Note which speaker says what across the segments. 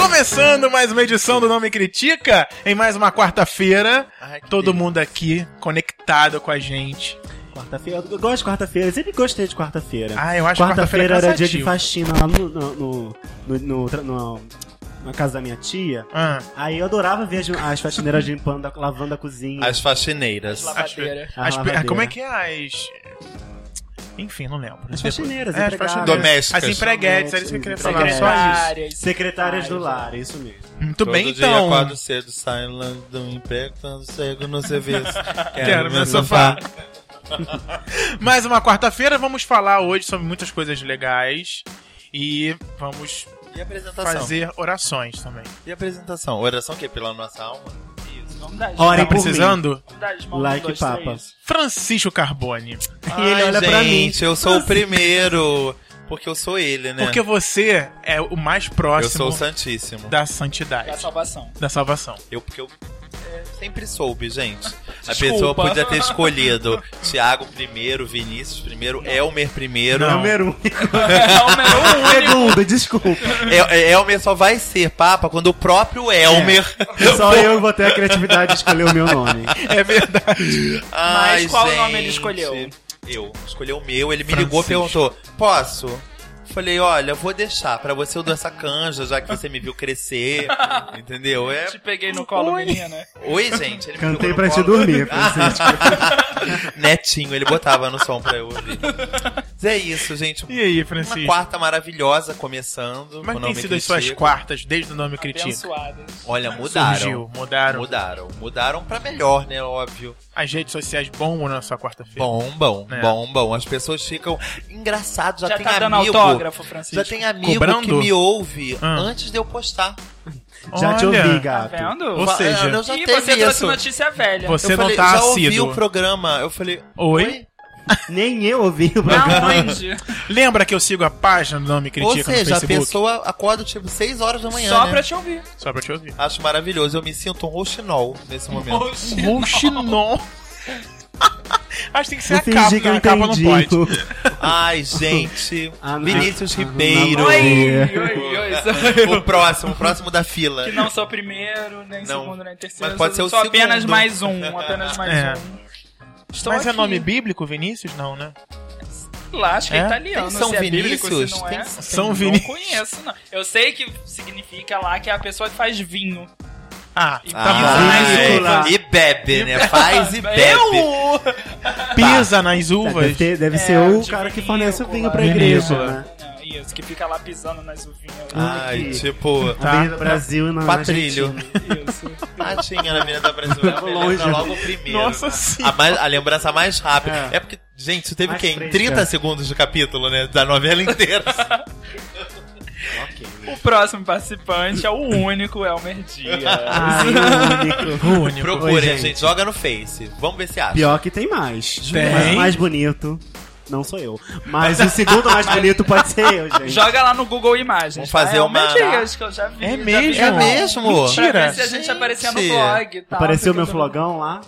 Speaker 1: Começando mais uma edição do Não Me Critica, em mais uma quarta-feira.
Speaker 2: Ai, que
Speaker 1: Todo
Speaker 2: delícia.
Speaker 1: mundo aqui conectado com a gente.
Speaker 3: Quarta-feira, eu gosto de quarta-feira, sempre gostei de quarta-feira.
Speaker 1: Ah, eu acho que quarta-feira
Speaker 3: quarta-feira
Speaker 1: é
Speaker 3: era dia de
Speaker 1: cansativo.
Speaker 3: faxina lá no, no, no- no- no tra- no- na casa da minha tia.
Speaker 1: Ah,
Speaker 3: Aí eu adorava ver as, as faxineiras limpando, a- lavando a cozinha.
Speaker 2: As faxineiras.
Speaker 4: Lavadeira.
Speaker 3: a
Speaker 1: as pe-
Speaker 3: lavadeira.
Speaker 1: como é que é as. Enfim, não lembro.
Speaker 3: As faxineiras,
Speaker 1: É, as
Speaker 3: empregadas.
Speaker 1: faxineiras.
Speaker 2: Domésticas.
Speaker 1: As empreguetes, era isso que eu queria falar. Só isso.
Speaker 4: Secretárias.
Speaker 3: Secretárias do lar, isso mesmo.
Speaker 1: Muito
Speaker 2: Todo
Speaker 1: bem,
Speaker 2: dia
Speaker 1: então.
Speaker 2: acordo cedo, saio lá do emprego, tanto cego no serviço.
Speaker 1: Quero meu sofá. Mais uma quarta-feira, vamos falar hoje sobre muitas coisas legais. E vamos
Speaker 2: E a apresentação?
Speaker 1: fazer orações também.
Speaker 2: E a apresentação? Oração o quê? Pela nossa alma?
Speaker 4: Isso, vamos dar
Speaker 3: Ora,
Speaker 4: as
Speaker 1: Tá
Speaker 3: Orem por mim.
Speaker 1: precisando?
Speaker 4: vamos dar as mãos, um,
Speaker 3: Like
Speaker 4: dois,
Speaker 3: Papa.
Speaker 4: três.
Speaker 1: Francisco Carbone.
Speaker 3: E ele olha
Speaker 2: gente,
Speaker 3: pra mim.
Speaker 2: eu sou o primeiro. Porque eu sou ele, né?
Speaker 1: Porque você é o mais
Speaker 2: eu
Speaker 1: próximo
Speaker 2: sou o Santíssimo.
Speaker 1: da
Speaker 4: Da
Speaker 1: santidade,
Speaker 4: É salvação.
Speaker 1: da salvação.
Speaker 2: Eu, porque eu é, sempre soube, gente. A
Speaker 4: Desculpa.
Speaker 2: pessoa podia ter escolhido Tiago primeiro, Vinícius primeiro, Elmer primeiro.
Speaker 1: Não.
Speaker 3: Número um.
Speaker 4: É o melhor um único.
Speaker 3: Segunda, desculpa.
Speaker 2: El- É, Elmer só vai ser papa quando o próprio Elmer.
Speaker 3: Só eu botei a criatividade de escolher o meu nome.
Speaker 1: É verdade.
Speaker 2: Ai,
Speaker 4: Mas qual nome ele escolheu?
Speaker 2: Eu. Escolheu o meu, ele me
Speaker 1: Francisco.
Speaker 2: ligou e perguntou: posso? Falei, olha, vou deixar. Pra você eu dou essa canja, já que você me viu crescer. Entendeu? É.
Speaker 4: Te peguei no colo,
Speaker 1: Oi.
Speaker 4: menina.
Speaker 2: Oi, gente. Ele me
Speaker 3: Cantei
Speaker 2: pegou no
Speaker 3: pra te
Speaker 2: colo.
Speaker 3: dormir, Francisco.
Speaker 2: Netinho, ele botava no som pra eu ouvir. Mas é isso, gente.
Speaker 1: E aí,
Speaker 2: Uma
Speaker 1: Francisco?
Speaker 2: quarta maravilhosa começando.
Speaker 1: Mas
Speaker 2: o
Speaker 1: tem
Speaker 2: nome
Speaker 1: sido as
Speaker 2: Critica.
Speaker 1: suas quartas desde o nome Critica?
Speaker 4: Abençoadas.
Speaker 2: Olha, mudaram.
Speaker 1: Surgiu, mudaram.
Speaker 2: Mudaram. Mudaram pra melhor, né? Óbvio.
Speaker 1: As redes sociais bombam na sua quarta-feira.
Speaker 2: Bom, bom,
Speaker 1: É.
Speaker 2: bom, bom. As pessoas ficam engraçado, já,
Speaker 4: Já
Speaker 2: tem
Speaker 4: tá dando
Speaker 2: amigo.
Speaker 4: autógrafo, Francisco.
Speaker 2: Já tem amigo
Speaker 1: Cobrando?
Speaker 2: que me ouve
Speaker 1: Ah.
Speaker 2: antes de eu postar.
Speaker 3: Já te
Speaker 1: Olha,
Speaker 3: ouvi,
Speaker 4: Tá
Speaker 3: gato.
Speaker 4: vendo?
Speaker 1: Ou
Speaker 2: Fa-
Speaker 1: seja,
Speaker 2: eu já
Speaker 4: Ih,
Speaker 2: teve
Speaker 4: você trouxe
Speaker 2: isso.
Speaker 4: notícia velha.
Speaker 1: Você
Speaker 2: eu
Speaker 1: não
Speaker 2: falei,
Speaker 1: tá
Speaker 2: já ouvi
Speaker 1: assíduo.
Speaker 2: o programa. Eu falei,
Speaker 1: Oi?
Speaker 3: Nem eu ouvi o
Speaker 4: Não,
Speaker 3: programa.
Speaker 2: né?
Speaker 4: Andy.
Speaker 1: Lembra que eu sigo a página do Nome Critica
Speaker 2: Ou seja,
Speaker 1: no
Speaker 2: a
Speaker 1: Facebook?
Speaker 2: pessoa acorda tipo 6 horas da manhã.
Speaker 4: Só
Speaker 2: né?
Speaker 4: pra te ouvir.
Speaker 1: Só pra te ouvir.
Speaker 2: Acho maravilhoso. Eu me sinto um roxinol nesse momento.
Speaker 4: Oxi.
Speaker 1: Rouxinol. Acho que tem que ser
Speaker 3: Eu
Speaker 1: a capa,
Speaker 3: fingi que
Speaker 1: né?
Speaker 3: eu
Speaker 1: a capa não pode.
Speaker 3: entendi.
Speaker 2: Ai, gente.
Speaker 3: Ah, não.
Speaker 2: Vinícius
Speaker 3: Ah, não.
Speaker 2: Ribeiro.
Speaker 4: Oi,
Speaker 3: É.
Speaker 4: oi, oi. sou eu.
Speaker 2: O próximo, o próximo da fila.
Speaker 4: Que não sou primeiro, nem
Speaker 2: Não.
Speaker 4: segundo, nem terceiro.
Speaker 2: Mas pode ser o
Speaker 4: sou apenas
Speaker 2: segundo.
Speaker 4: mais um. Apenas mais
Speaker 1: É.
Speaker 4: um. Estou
Speaker 1: Mas é
Speaker 4: aqui.
Speaker 1: nome bíblico, Vinícius? Não, né?
Speaker 4: Lá, acho que é,
Speaker 1: É?
Speaker 4: italiano.
Speaker 2: Tem São
Speaker 4: se é bíblico,
Speaker 2: Vinícius?
Speaker 4: se não
Speaker 2: Tem
Speaker 4: é.
Speaker 1: São
Speaker 4: Não
Speaker 1: Vinícius.
Speaker 4: conheço, não. Eu sei que significa lá que é a pessoa que faz vinho.
Speaker 1: Ah,
Speaker 4: E
Speaker 2: Ah,
Speaker 4: pisa nas
Speaker 3: é.
Speaker 4: uvas.
Speaker 2: e bebe, né? Faz e bebe.
Speaker 4: Eu!
Speaker 1: É pisa nas
Speaker 3: Tá, Deve,
Speaker 1: uvas.
Speaker 3: ter- deve
Speaker 4: É,
Speaker 3: ser o
Speaker 4: de
Speaker 3: cara que
Speaker 4: vinícola.
Speaker 3: fornece o vinho pra
Speaker 1: Vinícola.
Speaker 3: igreja, né? Ah.
Speaker 4: Não, É, Isso, que fica lá pisando nas uvinhas.
Speaker 3: Ai,
Speaker 2: Ai,
Speaker 3: que-
Speaker 2: tipo.
Speaker 1: Tá.
Speaker 3: Avenida Brasil e na
Speaker 2: Patrilho.
Speaker 3: Argentina.
Speaker 4: Isso.
Speaker 2: Patinha na Avenida Brasil.
Speaker 3: Tava
Speaker 2: Longe.
Speaker 3: longe.
Speaker 2: Logo o primeiro.
Speaker 1: Nossa
Speaker 2: a,
Speaker 1: senhora.
Speaker 2: mais- a lembrança mais rápida.
Speaker 3: É.
Speaker 2: É, porque, gente, teve
Speaker 3: Mais
Speaker 2: quem?
Speaker 3: fresca.
Speaker 2: 30 segundos de capítulo, né? Da novela inteira.
Speaker 4: O próximo participante é o único Elmer Dias.
Speaker 3: Ai, único.
Speaker 1: Único.
Speaker 2: Procurem,
Speaker 3: Oi,
Speaker 2: gente.
Speaker 3: gente.
Speaker 2: Joga no Face. Vamos ver se acha.
Speaker 3: Pior que tem mais.
Speaker 1: Tem.
Speaker 3: Mas o mais bonito. Não sou eu. Mas o segundo mais bonito pode ser eu, gente.
Speaker 4: Joga lá no Google Imagens.
Speaker 2: Vamos fazer
Speaker 4: tá?
Speaker 2: uma-
Speaker 4: Elmer Dias, que eu já vi.
Speaker 1: É
Speaker 4: já vi
Speaker 1: mesmo?
Speaker 4: já
Speaker 2: É
Speaker 4: vi.
Speaker 2: mesmo?
Speaker 4: Pra ver
Speaker 1: Mentira.
Speaker 4: se a gente
Speaker 2: Gente.
Speaker 4: aparecia no blog. e tal,
Speaker 3: Apareceu meu
Speaker 4: porque todo mundo-
Speaker 3: flogão lá.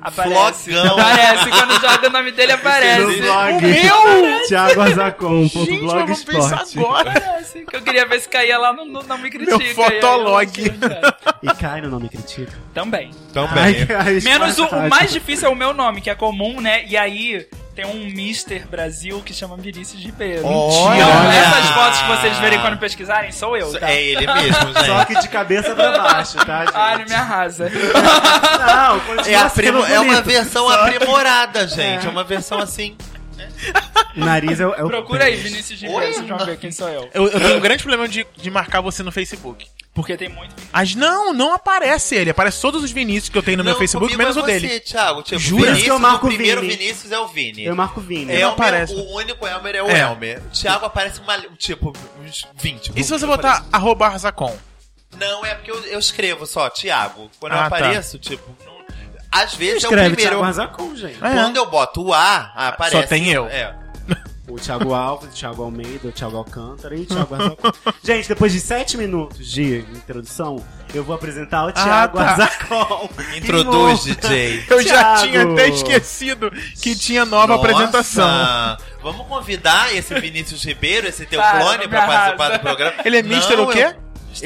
Speaker 4: Aparece.
Speaker 2: Flogão.
Speaker 4: Aparece. Quando joga o nome dele,
Speaker 3: No
Speaker 4: aparece.
Speaker 3: blog.
Speaker 1: O meu?
Speaker 3: Thiago Azacom,
Speaker 1: Gente,
Speaker 3: ponto
Speaker 1: mas vamos pensar
Speaker 3: blogspot.
Speaker 1: agora.
Speaker 4: Parece. Que eu queria ver se caía lá no, no Não Me Critica.
Speaker 1: Meu fotolog.
Speaker 4: E aí eu achei, cara.
Speaker 3: E cai no nome critica.
Speaker 4: é. Também.
Speaker 2: Também.
Speaker 3: Ai,
Speaker 4: Menos o, o
Speaker 3: ai,
Speaker 4: mais difícil é o meu nome, que é comum, né? E aí tem um Mr. Brasil que chama Vinícius Ribeiro.
Speaker 2: Olha!
Speaker 4: Então, essas fotos que vocês verem quando pesquisarem sou eu, tá?
Speaker 2: É ele mesmo,
Speaker 3: Só
Speaker 2: gente.
Speaker 3: que de cabeça pra baixo, tá, gente?
Speaker 4: Ai, não me arrasa.
Speaker 3: Não, continua
Speaker 2: É, a
Speaker 3: sendo
Speaker 2: primo- é uma
Speaker 3: bonito.
Speaker 2: versão aprimorada, gente. É uma versão assim.
Speaker 3: Nariz é o... é o
Speaker 4: Procura aí, Vinícius Ribeiro,
Speaker 2: Oi?
Speaker 4: vocês vão ver quem sou eu.
Speaker 1: Eu, eu tenho um grande problema de, de marcar você no Facebook.
Speaker 4: Porque tem muito.
Speaker 1: Mas não, não aparece ele. Aparece todos os Vinícius que eu tenho no meu
Speaker 2: Não,
Speaker 1: Facebook,
Speaker 2: comigo
Speaker 1: menos
Speaker 2: é
Speaker 1: o dele.
Speaker 2: Você, Thiago. Tipo,
Speaker 1: Jura?
Speaker 2: Vinícius,
Speaker 3: Por isso que eu marco
Speaker 2: o primeiro
Speaker 3: Vini.
Speaker 2: Vinícius é o Vini.
Speaker 3: Eu marco Vini.
Speaker 2: Elmer,
Speaker 1: aparece.
Speaker 2: O único Elmer é o
Speaker 1: É.
Speaker 2: Elmer. O Thiago aparece uma, tipo, uns 20.
Speaker 1: E se você
Speaker 2: Eu
Speaker 1: botar arroba Arzacon?
Speaker 2: falei, Não, é porque eu, eu escrevo só, Thiago. Quando eu
Speaker 1: Ah, tá.
Speaker 2: apareço, tipo, não- às vezes é o
Speaker 3: Escreve
Speaker 2: primeiro.
Speaker 3: Thiago Azacom, gente.
Speaker 1: É.
Speaker 2: Quando eu boto o A, aparece.
Speaker 1: Só tem eu.
Speaker 2: É.
Speaker 3: O Thiago Alves, o Thiago Almeida, o Thiago Alcântara e o Thiago Arzacon. Gente, depois de sete minutos de introdução, eu vou apresentar o Thiago
Speaker 1: tá.
Speaker 3: Arzacon.
Speaker 2: Introduz, DJ.
Speaker 1: Eu já
Speaker 3: Thiago.
Speaker 1: tinha até esquecido que tinha nova
Speaker 2: Nossa.
Speaker 1: apresentação.
Speaker 2: Vamos convidar esse Vinícius Ribeiro, esse teu
Speaker 4: Para,
Speaker 2: clone,
Speaker 4: não
Speaker 2: pra
Speaker 4: me
Speaker 2: participar
Speaker 4: arrasa.
Speaker 2: do programa.
Speaker 1: Ele é
Speaker 2: Não,
Speaker 1: Mr. o
Speaker 2: eu-
Speaker 1: quê?
Speaker 4: Mr.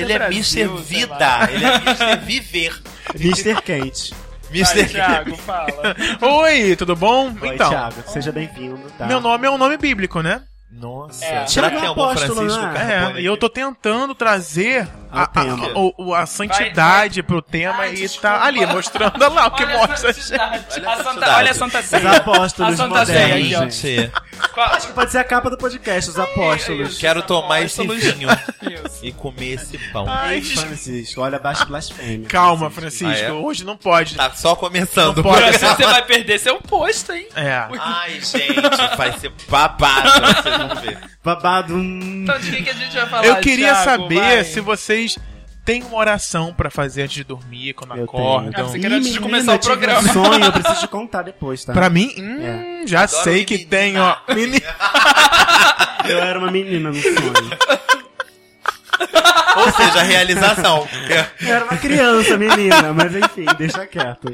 Speaker 2: Ele é Mr.
Speaker 4: Brasil, sei
Speaker 2: Vida.
Speaker 4: lá.
Speaker 2: Ele é Mr. Viver.
Speaker 3: Mr. Kate.
Speaker 4: Vai,
Speaker 2: Mr.
Speaker 4: Thiago, fala.
Speaker 1: Oi, tudo bom?
Speaker 3: Oi,
Speaker 1: então,
Speaker 3: Thiago. Seja bem-vindo, tá?
Speaker 1: meu nome é um nome bíblico, né?
Speaker 2: Nossa,
Speaker 4: É.
Speaker 2: será que
Speaker 3: Thiago
Speaker 2: tem
Speaker 3: é
Speaker 2: algum
Speaker 3: apóstolo,
Speaker 2: Francisco
Speaker 3: né?
Speaker 2: Carbone
Speaker 1: É, e eu tô tentando trazer a,
Speaker 3: Ao É tema.
Speaker 1: a- o- o- a santidade pro tema
Speaker 4: Ai,
Speaker 1: e
Speaker 4: desculpa.
Speaker 1: tá ali, mostrando olha lá o que
Speaker 4: Olha a
Speaker 1: mostra.
Speaker 4: santidade.
Speaker 2: Olha a
Speaker 4: A Santa-
Speaker 2: santidade.
Speaker 4: Olha a Santa
Speaker 3: Os
Speaker 4: Ceia.
Speaker 3: apóstolos
Speaker 4: A Santa
Speaker 3: modernos,
Speaker 4: Ceia,
Speaker 2: aqui?
Speaker 4: é aí, ó.
Speaker 3: gente.
Speaker 2: Gente,
Speaker 4: Qual-
Speaker 3: Acho que pode ser a capa do podcast, os apóstolos.
Speaker 2: quero tomar esse
Speaker 4: Apóstolos.
Speaker 2: vinho
Speaker 4: Isso.
Speaker 2: e comer esse pão.
Speaker 1: Ai,
Speaker 3: Francisco, olha baixa blasfêmia.
Speaker 1: Calma, Francisco,
Speaker 2: Ah, é?
Speaker 1: hoje não pode.
Speaker 2: Tá só começando.
Speaker 1: Não
Speaker 4: Por
Speaker 1: pode.
Speaker 4: acaso você vai perder seu posto, hein?
Speaker 1: É.
Speaker 2: Ai, gente, vai ser babado, vocês vão ver.
Speaker 3: Babado. hum.
Speaker 4: Então de que, que a gente vai falar,
Speaker 1: Eu queria
Speaker 4: Thiago?
Speaker 1: saber
Speaker 4: Vai.
Speaker 1: se vocês têm uma oração pra fazer antes de dormir, quando
Speaker 3: Eu
Speaker 1: acordam.
Speaker 4: Você
Speaker 3: tenho.
Speaker 4: quer antes
Speaker 3: Ih, menina,
Speaker 4: de começar o
Speaker 3: eu tive
Speaker 4: programa.
Speaker 3: Um sonho, eu preciso te contar depois, tá?
Speaker 1: Pra mim, hum,
Speaker 3: É.
Speaker 1: já
Speaker 2: Adoro
Speaker 1: sei que
Speaker 2: menina.
Speaker 1: tem, ó. Meni...
Speaker 3: Eu era uma menina no sonho.
Speaker 2: Ou seja, a realização
Speaker 3: Eu era uma criança, menina, mas enfim, deixa quieto.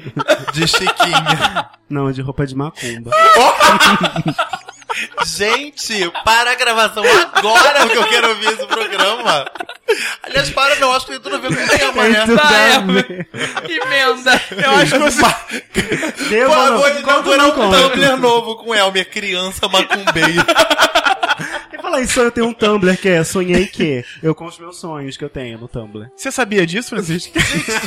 Speaker 2: de Chiquinha.
Speaker 3: Não, de roupa de macumba.
Speaker 2: Gente, para a gravação agora que eu quero ouvir esse programa. Aliás, para não, acho que tem tudo a ver com o tema,
Speaker 3: Tem
Speaker 2: né?
Speaker 3: tudo
Speaker 4: Tá,
Speaker 3: a ver.
Speaker 4: Emenda.
Speaker 1: Eu acho que você.
Speaker 3: Deu,
Speaker 2: Pô,
Speaker 3: mano,
Speaker 2: vou
Speaker 3: conta ou
Speaker 2: inaugurar
Speaker 3: não
Speaker 2: um
Speaker 3: conta?
Speaker 2: Tumblr novo com Elmer, criança macumbeira.
Speaker 3: E falar isso, eu tenho um Tumblr que é Sonhei Que. Eu conto os meus sonhos que eu tenho no Tumblr.
Speaker 1: Você sabia disso, Francisco?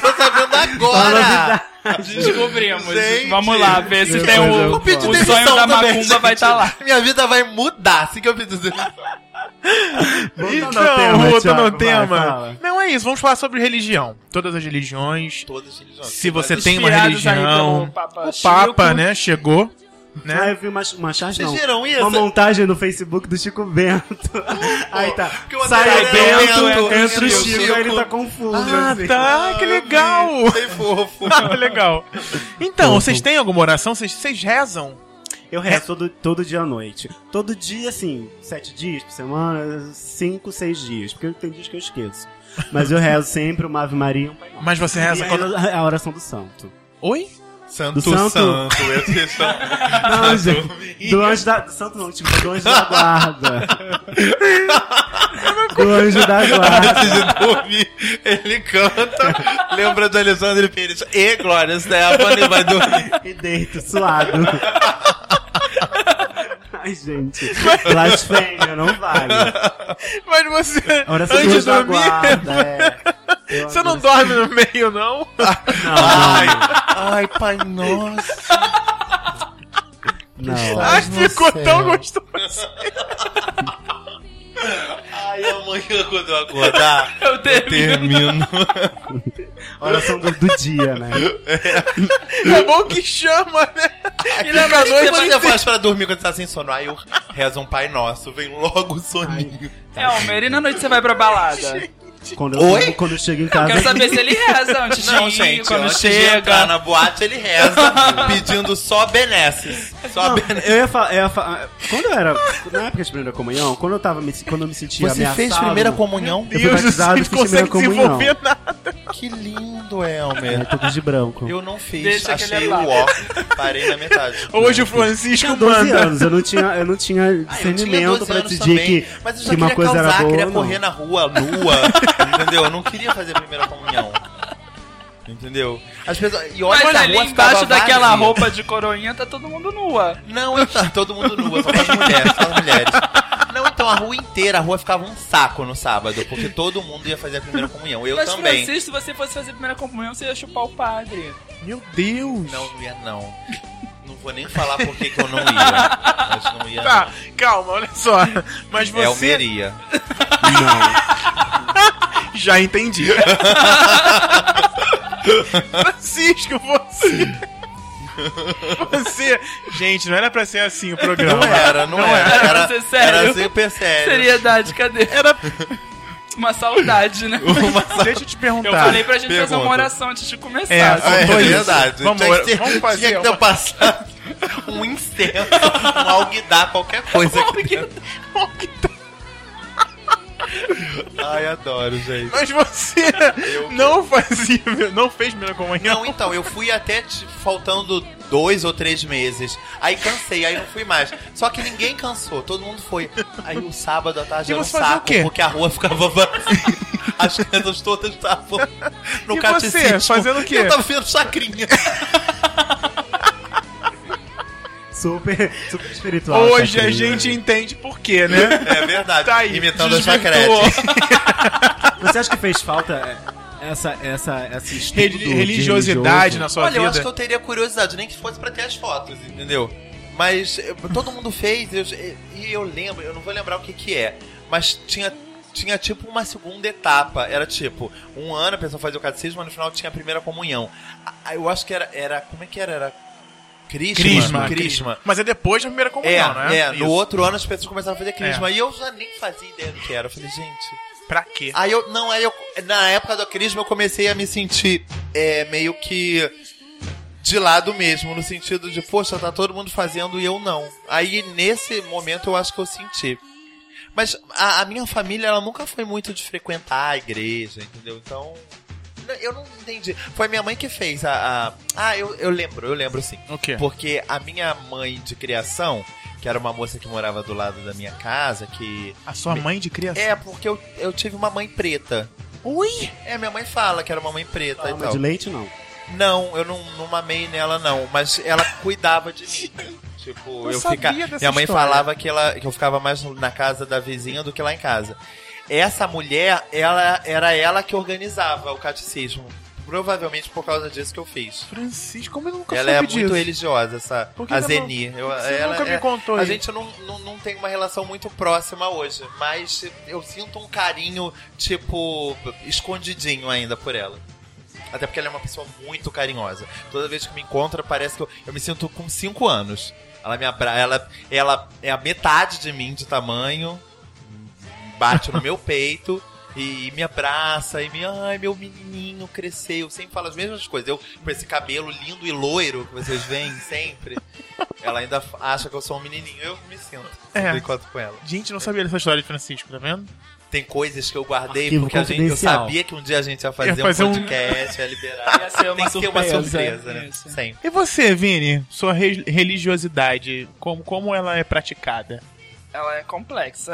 Speaker 2: Tô sabendo agora.
Speaker 4: Descobrimos.
Speaker 2: Gente.
Speaker 4: Vamos lá, ver se
Speaker 3: Meu
Speaker 4: tem um
Speaker 3: Deus,
Speaker 4: o,
Speaker 3: eu-
Speaker 2: Vou pedir
Speaker 4: o
Speaker 2: demissão
Speaker 4: sonho da
Speaker 2: também,
Speaker 4: macumba vai
Speaker 2: gente.
Speaker 4: estar lá.
Speaker 2: Minha vida vai mudar assim que eu pedir demissão.
Speaker 3: Voltando ao
Speaker 1: Então, voltando
Speaker 3: um né, Thiago,
Speaker 1: ao
Speaker 3: vai,
Speaker 1: tema.
Speaker 3: fala.
Speaker 1: Não é isso, vamos falar sobre religião. Todas as religiões.
Speaker 2: Todas religiões.
Speaker 1: Se você tem uma
Speaker 4: Inspirados aí
Speaker 1: religião.
Speaker 4: pelo Papa
Speaker 1: O Papa,
Speaker 4: Chico.
Speaker 1: né? Chegou.
Speaker 3: Ah,
Speaker 1: Né?
Speaker 3: eu vi uma, uma charge,
Speaker 2: Vocês
Speaker 3: não.
Speaker 2: viram isso?
Speaker 3: Uma montagem no Facebook do Chico Bento. Aí tá.
Speaker 2: que o
Speaker 3: Sai
Speaker 2: André
Speaker 3: o Bento,
Speaker 2: Bento,
Speaker 3: entra o
Speaker 2: entra o
Speaker 3: Chico,
Speaker 2: Chico.
Speaker 3: aí ele tá confuso. assim.
Speaker 1: tá, que legal!
Speaker 2: Sei fofo.
Speaker 1: legal. Então, vocês têm alguma oração? Vocês, vocês rezam?
Speaker 3: Eu rezo todo, todo dia à noite. Todo dia, assim, sete dias por semana, cinco, seis dias. Porque tem dias que eu esqueço. Mas eu rezo sempre uma Ave Maria e um Pai Nosso.
Speaker 1: Mas você
Speaker 3: E
Speaker 1: reza quando.
Speaker 3: aí a oração do santo.
Speaker 1: Oi?
Speaker 2: Santo,
Speaker 3: Do santo?
Speaker 2: santo. esse santo.
Speaker 3: Não, gente. Do anjo da. Do santo não, tipo, do anjo da guarda. Do anjo da guarda.
Speaker 2: Antes de dormir, ele canta, lembra do Alessandro Pires. E Glória Stefano e vai dormir.
Speaker 3: E deito, suado. Ai, gente. Blasfêmia, não vale.
Speaker 1: Mas você.
Speaker 3: A oração do
Speaker 1: Antes
Speaker 3: anjo
Speaker 1: de
Speaker 3: da
Speaker 1: dormir.
Speaker 3: guarda. É. Eu
Speaker 1: Você não
Speaker 3: adoro-
Speaker 1: dorme no meio, não?
Speaker 2: Ai, ai, pai nosso.
Speaker 3: Não.
Speaker 1: Ai,
Speaker 2: Mas
Speaker 1: ficou
Speaker 2: você-
Speaker 1: tão gostoso.
Speaker 2: Ai, amanhã quando eu acordar,
Speaker 4: Eu termino.
Speaker 2: termino.
Speaker 3: Oração do, do dia, né?
Speaker 1: É bom que chama, né? E lembra a
Speaker 2: Depois É você
Speaker 1: noite.
Speaker 2: faz pra dormir quando você tá sem sono. Aí eu rezo um pai nosso, vem logo o soninho.
Speaker 4: Elmer, É, e na noite você vai pra balada?
Speaker 3: Quando eu,
Speaker 2: Oi?
Speaker 3: Quando eu chego em
Speaker 4: Eu
Speaker 3: casa.
Speaker 4: quero saber se ele reza antes de
Speaker 2: Não,
Speaker 4: ir,
Speaker 2: Então, gente,
Speaker 4: quando
Speaker 2: antes de entrar
Speaker 4: chega.
Speaker 2: na boate, ele reza, pedindo só benesses. Só
Speaker 3: Não,
Speaker 2: benesses.
Speaker 3: eu ia falar, eu ia falar- quando eu era, na época de primeira comunhão, quando eu tava me, quando eu me sentia ameaçado,
Speaker 2: comunhão?
Speaker 3: Eu fui batizado e
Speaker 1: não
Speaker 3: fiz primeira
Speaker 1: consegue
Speaker 3: comunhão.
Speaker 1: desenvolver nada.
Speaker 2: Que lindo,
Speaker 3: É,
Speaker 2: Elmer.
Speaker 3: tudo de branco.
Speaker 2: Eu não fiz,
Speaker 4: Deixa que ele
Speaker 2: achei
Speaker 4: é
Speaker 2: o
Speaker 4: lá.
Speaker 2: ó. Parei na metade.
Speaker 1: Hoje o
Speaker 3: tinha
Speaker 1: Francisco
Speaker 3: 12
Speaker 1: manda.
Speaker 3: anos, eu não tinha, eu não tinha
Speaker 2: Ah, eu tinha
Speaker 3: discernimento
Speaker 2: 12
Speaker 3: pra
Speaker 2: anos
Speaker 3: decidir
Speaker 2: também,
Speaker 3: que,
Speaker 2: mas eu já
Speaker 3: que uma
Speaker 2: queria
Speaker 3: coisa
Speaker 2: causar,
Speaker 3: era boa
Speaker 2: queria
Speaker 3: ou não.
Speaker 2: correr na rua nua, entendeu? Eu não queria fazer a primeira comunhão. Entendeu? As pessoas, e olha,
Speaker 4: Mas
Speaker 2: que a
Speaker 4: ali
Speaker 2: rua tá ficava
Speaker 4: embaixo daquela
Speaker 2: vazia.
Speaker 4: roupa de coroinha tá todo mundo nua.
Speaker 2: Não, então, todo mundo nua, só as mulheres, só as mulheres. Não, então a rua inteira, a rua ficava um saco no sábado, porque todo mundo ia fazer a primeira comunhão. Eu
Speaker 4: Mas,
Speaker 2: também.
Speaker 4: Francisco, se você fosse fazer a primeira comunhão, você ia chupar o padre.
Speaker 1: Meu Deus.
Speaker 2: Não, não ia não. Não vou nem falar por que que eu não ia. Mas não ia.
Speaker 1: Tá, calma, olha só. Mas
Speaker 2: não. É
Speaker 1: você.
Speaker 2: Almeria.
Speaker 3: Não.
Speaker 1: Já entendi. Francisco, você. Você. Gente, não era pra ser assim o
Speaker 2: Não é.
Speaker 1: programa.
Speaker 2: era, não, era.
Speaker 4: era.
Speaker 2: Era,
Speaker 4: Pra ser sério.
Speaker 2: era super sério.
Speaker 4: Seriedade, cadê?
Speaker 1: Era.
Speaker 4: Uma saudade, né?
Speaker 1: Deixa eu te
Speaker 4: Eu
Speaker 1: perguntar.
Speaker 4: falei pra gente fazer
Speaker 2: Pergunta.
Speaker 4: uma oração antes de começar.
Speaker 1: Tá. É,
Speaker 4: assim.
Speaker 2: Ah, é
Speaker 1: Dois.
Speaker 2: verdade.
Speaker 1: Vamos,
Speaker 2: tinha que ter,
Speaker 1: vamos fazer
Speaker 2: tinha que ter
Speaker 1: uma-
Speaker 2: passado um incenso, um alguidar, qualquer coisa. aqui dentro. Ai, adoro, gente.
Speaker 1: Mas você
Speaker 2: Eu-
Speaker 1: não fazia, não fez primeira comunhão.
Speaker 2: Não, então, eu fui até t- faltando dois ou três meses. Aí cansei, aí não fui mais. Só que ninguém cansou, todo mundo foi. Aí o sábado à tarde
Speaker 1: E
Speaker 2: era um
Speaker 1: você fazia o
Speaker 2: saco,
Speaker 1: quê?
Speaker 2: porque a rua ficava vazia. As crianças todas estavam no
Speaker 1: E você,
Speaker 2: catecismo.
Speaker 1: fazendo o quê?
Speaker 2: Eu tava vendo chacrinha.
Speaker 3: Super, super espiritual.
Speaker 1: Hoje
Speaker 3: essa
Speaker 1: a
Speaker 3: crise.
Speaker 1: gente entende por quê, né?
Speaker 2: É verdade.
Speaker 1: Tá aí,
Speaker 2: Imitando a
Speaker 1: desvirtuou.
Speaker 2: chacrete.
Speaker 3: Você acha que fez falta é, essa, essa, esse estudo
Speaker 1: Reli-
Speaker 3: de
Speaker 1: religiosidade
Speaker 3: religioso?
Speaker 1: na sua
Speaker 2: Olha,
Speaker 1: vida.
Speaker 2: eu acho que eu teria curiosidade, nem que fosse pra ter as fotos, entendeu? Mas eh, todo mundo fez, eu- e eu lembro, eu não vou lembrar o que que é, mas tinha, tinha tipo uma segunda etapa. Era tipo, um ano a pessoa fazia o catecismo, mas no final tinha a primeira comunhão. Ah, Eu acho que era, era como é que era? Era Crisma?
Speaker 1: Crisma,
Speaker 2: Crisma.
Speaker 1: Mas é depois da primeira
Speaker 2: É,
Speaker 1: comunhão, né?
Speaker 2: é,
Speaker 1: Isso. É.
Speaker 2: no outro ano as pessoas começaram a fazer crisma. E eu já nem fazia ideia do que era. Eu falei, gente,
Speaker 1: Pra quê?
Speaker 2: Aí eu. Não, aí eu. Na época do Crisma eu comecei a me sentir é, meio que de lado mesmo, no sentido de, poxa, tá todo mundo fazendo e eu não. Aí nesse momento eu acho que eu senti. Mas a, a minha família, ela nunca foi muito de frequentar a igreja, entendeu? Então. n- Eu não entendi. Foi minha mãe que fez a. a- Ah, eu, eu lembro, eu lembro sim.
Speaker 1: O quê?
Speaker 2: Porque a minha mãe de criação, que era uma moça que morava do lado da minha casa, que
Speaker 1: A sua mãe de criança.
Speaker 2: é, porque eu, eu tive uma mãe preta. Ui! É, minha mãe fala que era uma mãe preta e
Speaker 3: Alma
Speaker 2: tal.
Speaker 3: de leite, não.
Speaker 2: Não, eu não, não mamei nela, não. Mas ela cuidava de mim. Tipo, eu,
Speaker 1: sabia
Speaker 2: ficava.
Speaker 1: dessa
Speaker 2: Minha mãe
Speaker 1: história.
Speaker 2: falava que, ela, que eu ficava mais na casa da vizinha do que lá em casa. Essa mulher, ela era ela que organizava o catecismo. Provavelmente por causa disso que eu fiz.
Speaker 1: Francisco, como eu nunca
Speaker 2: ela é
Speaker 1: soube
Speaker 2: muito
Speaker 1: disso?
Speaker 2: religiosa, essa.
Speaker 1: Por que
Speaker 2: A
Speaker 1: que ela-
Speaker 2: Zeni. Eu,
Speaker 1: Você
Speaker 2: ela,
Speaker 1: nunca me
Speaker 2: é-
Speaker 1: contou
Speaker 2: a
Speaker 1: isso.
Speaker 2: gente não, não, não tem uma relação muito próxima hoje, mas eu sinto um carinho, tipo, escondidinho ainda por ela. Até porque ela é uma pessoa muito carinhosa. Toda vez que me encontra, parece que eu, eu me sinto com 5 anos. Ela me abra... ela, ela é a metade de mim de tamanho, bate no meu peito e me abraça e me, ai, meu menininho cresceu. Sempre fala as mesmas coisas. Eu com esse cabelo lindo e loiro que vocês veem sempre. Ela ainda f- acha que eu sou um menininho. Eu me sinto.
Speaker 1: É.
Speaker 2: Eu encontro com ela.
Speaker 1: Gente, não sabia dessa história de Francisco, tá vendo?
Speaker 2: Tem coisas que eu guardei
Speaker 3: Arquivo
Speaker 2: porque a gente, eu
Speaker 3: confidencial.
Speaker 2: sabia que um dia a gente ia fazer,
Speaker 1: Ia fazer
Speaker 2: um
Speaker 1: um-
Speaker 2: podcast, ia liberar.
Speaker 4: Ia ser uma
Speaker 2: Tem que ter uma
Speaker 4: surpresa,
Speaker 2: surpresa, né?
Speaker 4: isso.
Speaker 2: Sempre.
Speaker 1: E você, Vini? Sua re- religiosidade, como, como ela é praticada?
Speaker 4: Ela é complexa.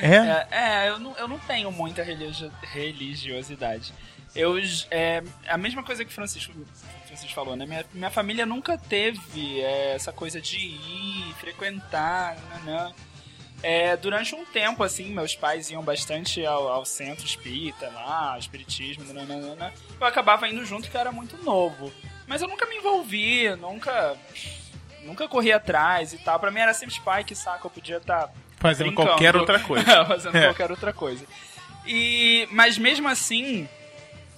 Speaker 1: É?
Speaker 4: É, é, eu, não, eu não tenho muita religio- religiosidade. Eu, j- é, a mesma coisa que o Francisco, Francisco falou, né? Minha, minha família nunca teve é, essa coisa de ir, frequentar, nanã. É, durante um tempo, assim, meus pais iam bastante ao, ao centro espírita lá, ao espiritismo, nananana. Eu acabava indo junto porque eu era muito novo. Mas eu nunca me envolvi, nunca... Nunca corri atrás e tal. Pra mim era sempre pai, que saco, eu podia tá estar
Speaker 1: Fazendo
Speaker 4: brincando.
Speaker 1: qualquer outra coisa.
Speaker 4: Então, fazendo
Speaker 1: É.
Speaker 4: qualquer outra coisa. E, mas mesmo assim,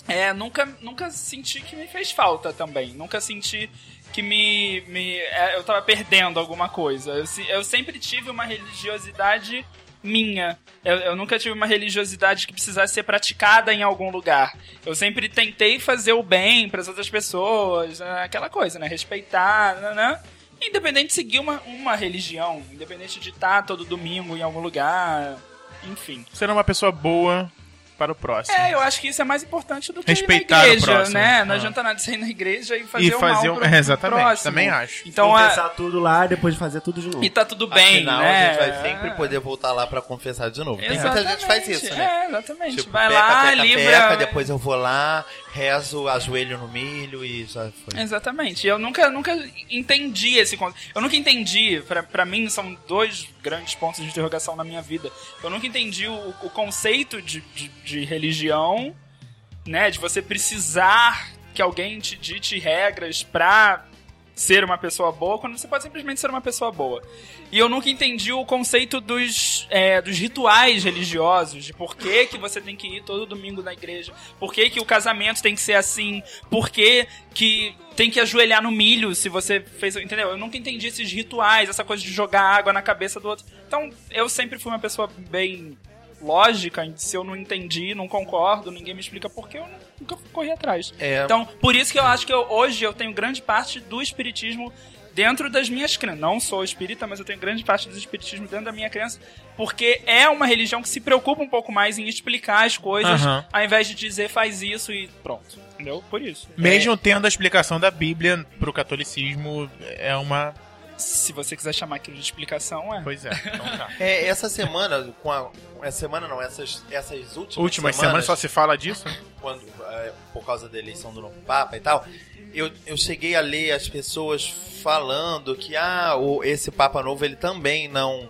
Speaker 4: é, nunca, nunca senti que me fez falta também. Nunca senti que me, me é, eu tava perdendo alguma coisa. Eu, se- eu sempre tive uma religiosidade minha. Eu, eu nunca tive uma religiosidade que precisasse ser praticada em algum lugar. Eu sempre tentei fazer o bem para outras pessoas, né, aquela coisa, né? Respeitar, né? Independente de seguir uma, uma religião, independente de estar todo domingo em algum lugar, enfim.
Speaker 1: Ser uma pessoa boa para o próximo.
Speaker 4: É, eu acho que isso é mais importante do que
Speaker 1: Respeitar
Speaker 4: ir
Speaker 1: o
Speaker 4: na igreja,
Speaker 1: próximo.
Speaker 4: né? Não
Speaker 1: Ah.
Speaker 4: adianta nada você ir na igreja e fazer,
Speaker 1: e
Speaker 4: o
Speaker 1: fazer
Speaker 4: mal
Speaker 1: um.
Speaker 4: pro,
Speaker 1: é,
Speaker 4: pro
Speaker 1: Exatamente,
Speaker 4: próximo.
Speaker 1: também acho.
Speaker 4: Então, a,
Speaker 3: Confessar tudo lá e depois fazer tudo de novo.
Speaker 4: e tá tudo bem,
Speaker 2: Afinal,
Speaker 4: né?
Speaker 2: a gente vai sempre poder voltar lá pra confessar de novo. Tem
Speaker 4: Exatamente.
Speaker 2: muita gente que faz isso, né?
Speaker 4: É, exatamente.
Speaker 2: Tipo,
Speaker 4: vai
Speaker 2: peca,
Speaker 4: lá,
Speaker 2: peca,
Speaker 4: livra...
Speaker 2: peca, depois eu vou lá, rezo, ajoelho no milho e já foi.
Speaker 4: Exatamente. Eu nunca, nunca entendi esse conto. Eu nunca entendi, pra, pra mim são dois grandes pontos de interrogação na minha vida. Eu nunca entendi o, o conceito de, de, de religião, né? De você precisar que alguém te dite regras pra ser uma pessoa boa, quando você pode simplesmente ser uma pessoa boa. E eu nunca entendi o conceito dos, é, dos rituais religiosos, de por que, que você tem que ir todo domingo na igreja, por que, que o casamento tem que ser assim, por que, que tem que ajoelhar no milho se você fez. Entendeu? Eu nunca entendi esses rituais, essa coisa de jogar água na cabeça do outro. Então, eu sempre fui uma pessoa bem lógica, se eu não entendi, não concordo, ninguém me explica por que eu nunca corri atrás.
Speaker 2: É,
Speaker 4: Então, por isso que eu acho que eu- hoje eu tenho grande parte do espiritismo dentro das minhas crenças. Não sou espírita, mas eu tenho grande parte do espiritismo dentro da minha crença, porque é uma religião que se preocupa um pouco mais em explicar as coisas,
Speaker 1: Aham.
Speaker 4: ao invés de dizer faz isso e pronto. Entendeu? Por isso.
Speaker 1: Mesmo tendo a explicação da Bíblia pro catolicismo, é uma.
Speaker 4: É, Se você quiser chamar aquilo de explicação, é.
Speaker 1: Pois é, então tá.
Speaker 2: É, essa semana, com a. Essa semana não, essas, essas últimas,
Speaker 1: Últimas
Speaker 2: semanas
Speaker 1: semanas só se fala disso?
Speaker 2: quando, eh, por causa da eleição do novo Papa e tal, eu, eu cheguei a ler as pessoas falando que ah, o, esse Papa novo ele também não,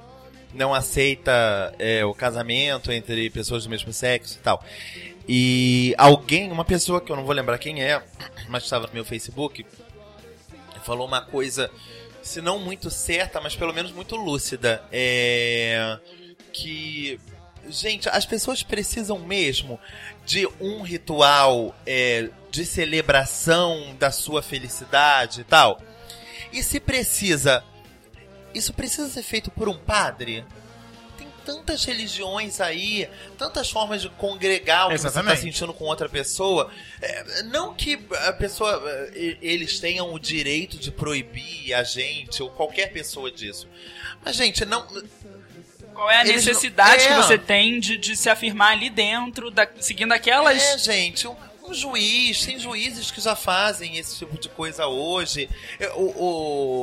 Speaker 2: não aceita eh, o casamento entre pessoas do mesmo sexo e tal. E alguém, uma pessoa que eu não vou lembrar quem é, mas estava no meu Facebook, falou uma coisa, se não muito certa, mas pelo menos muito lúcida. É. Que. Gente, as pessoas precisam mesmo de um ritual é, de celebração da sua felicidade e tal. E se precisa. Isso precisa ser feito por um padre? Tem tantas religiões aí, tantas formas de congregar o que você está
Speaker 1: Exatamente.
Speaker 2: sentindo com outra pessoa. É, não que a pessoa. eh, Eles tenham o direito de proibir a gente ou qualquer pessoa disso. Mas, gente, não.
Speaker 4: Qual é a
Speaker 2: Eles não-
Speaker 4: necessidade
Speaker 2: É.
Speaker 4: que você tem de, de se afirmar ali dentro, da- seguindo aquelas.
Speaker 2: É, gente, um, um juiz, tem juízes que já fazem esse tipo de coisa hoje. Eu, o-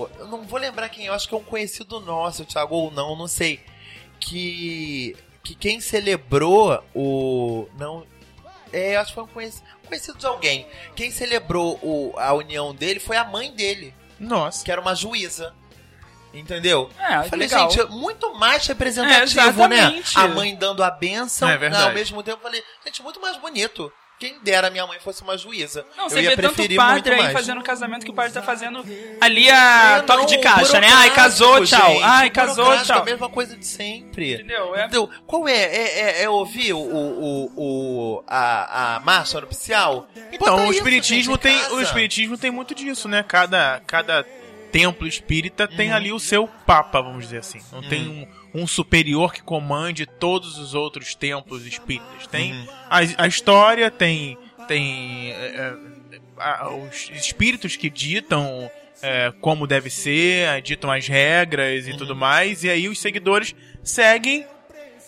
Speaker 2: o- eu não vou lembrar quem, eu acho que é um conhecido nosso, Thiago, ou não, não sei. Que, que quem celebrou o. Não. É, eu acho que foi um conhecido, conhecido de alguém. Quem celebrou o- a união dele foi a mãe dele,
Speaker 1: Nossa.
Speaker 2: que era uma juíza. Entendeu?
Speaker 4: É,
Speaker 2: Eu Falei,
Speaker 4: legal.
Speaker 2: gente, é muito mais
Speaker 4: É,
Speaker 2: representativo, né?
Speaker 4: exatamente.
Speaker 2: A mãe dando a benção.
Speaker 1: É verdade.
Speaker 2: Ao mesmo tempo, eu falei, gente, muito mais bonito. Quem dera minha mãe fosse uma juíza.
Speaker 4: Não,
Speaker 2: eu
Speaker 4: você
Speaker 2: ia
Speaker 4: vê tanto
Speaker 2: preferir
Speaker 4: padre
Speaker 2: muito
Speaker 4: aí
Speaker 2: mais.
Speaker 4: fazendo o casamento que o padre tá fazendo ali a
Speaker 2: É,
Speaker 4: toque
Speaker 2: não,
Speaker 4: de caixa, né? Ai,
Speaker 2: burocrático,
Speaker 4: casou, tchau.
Speaker 2: gente,
Speaker 4: Ai, casou,
Speaker 2: burocrático,
Speaker 4: tchau.
Speaker 2: A mesma coisa de sempre.
Speaker 4: Entendeu? É,
Speaker 2: Então, qual é? É, é- é ouvir o, o, o- a, a marcha nupcial?
Speaker 1: Então,
Speaker 2: Bota
Speaker 1: o
Speaker 2: isso,
Speaker 1: espiritismo
Speaker 2: gente, em
Speaker 1: tem,
Speaker 2: casa.
Speaker 1: o espiritismo tem muito disso, né? Cada cada templo espírita
Speaker 2: Uhum.
Speaker 1: tem ali o seu papa, vamos dizer assim. Não tem um, um superior que comande todos os outros templos espíritas. Tem
Speaker 2: Uhum.
Speaker 1: a, a história, tem tem é, é, a- os espíritos que ditam é, como deve ser, ditam as regras e tudo mais. E aí os seguidores seguem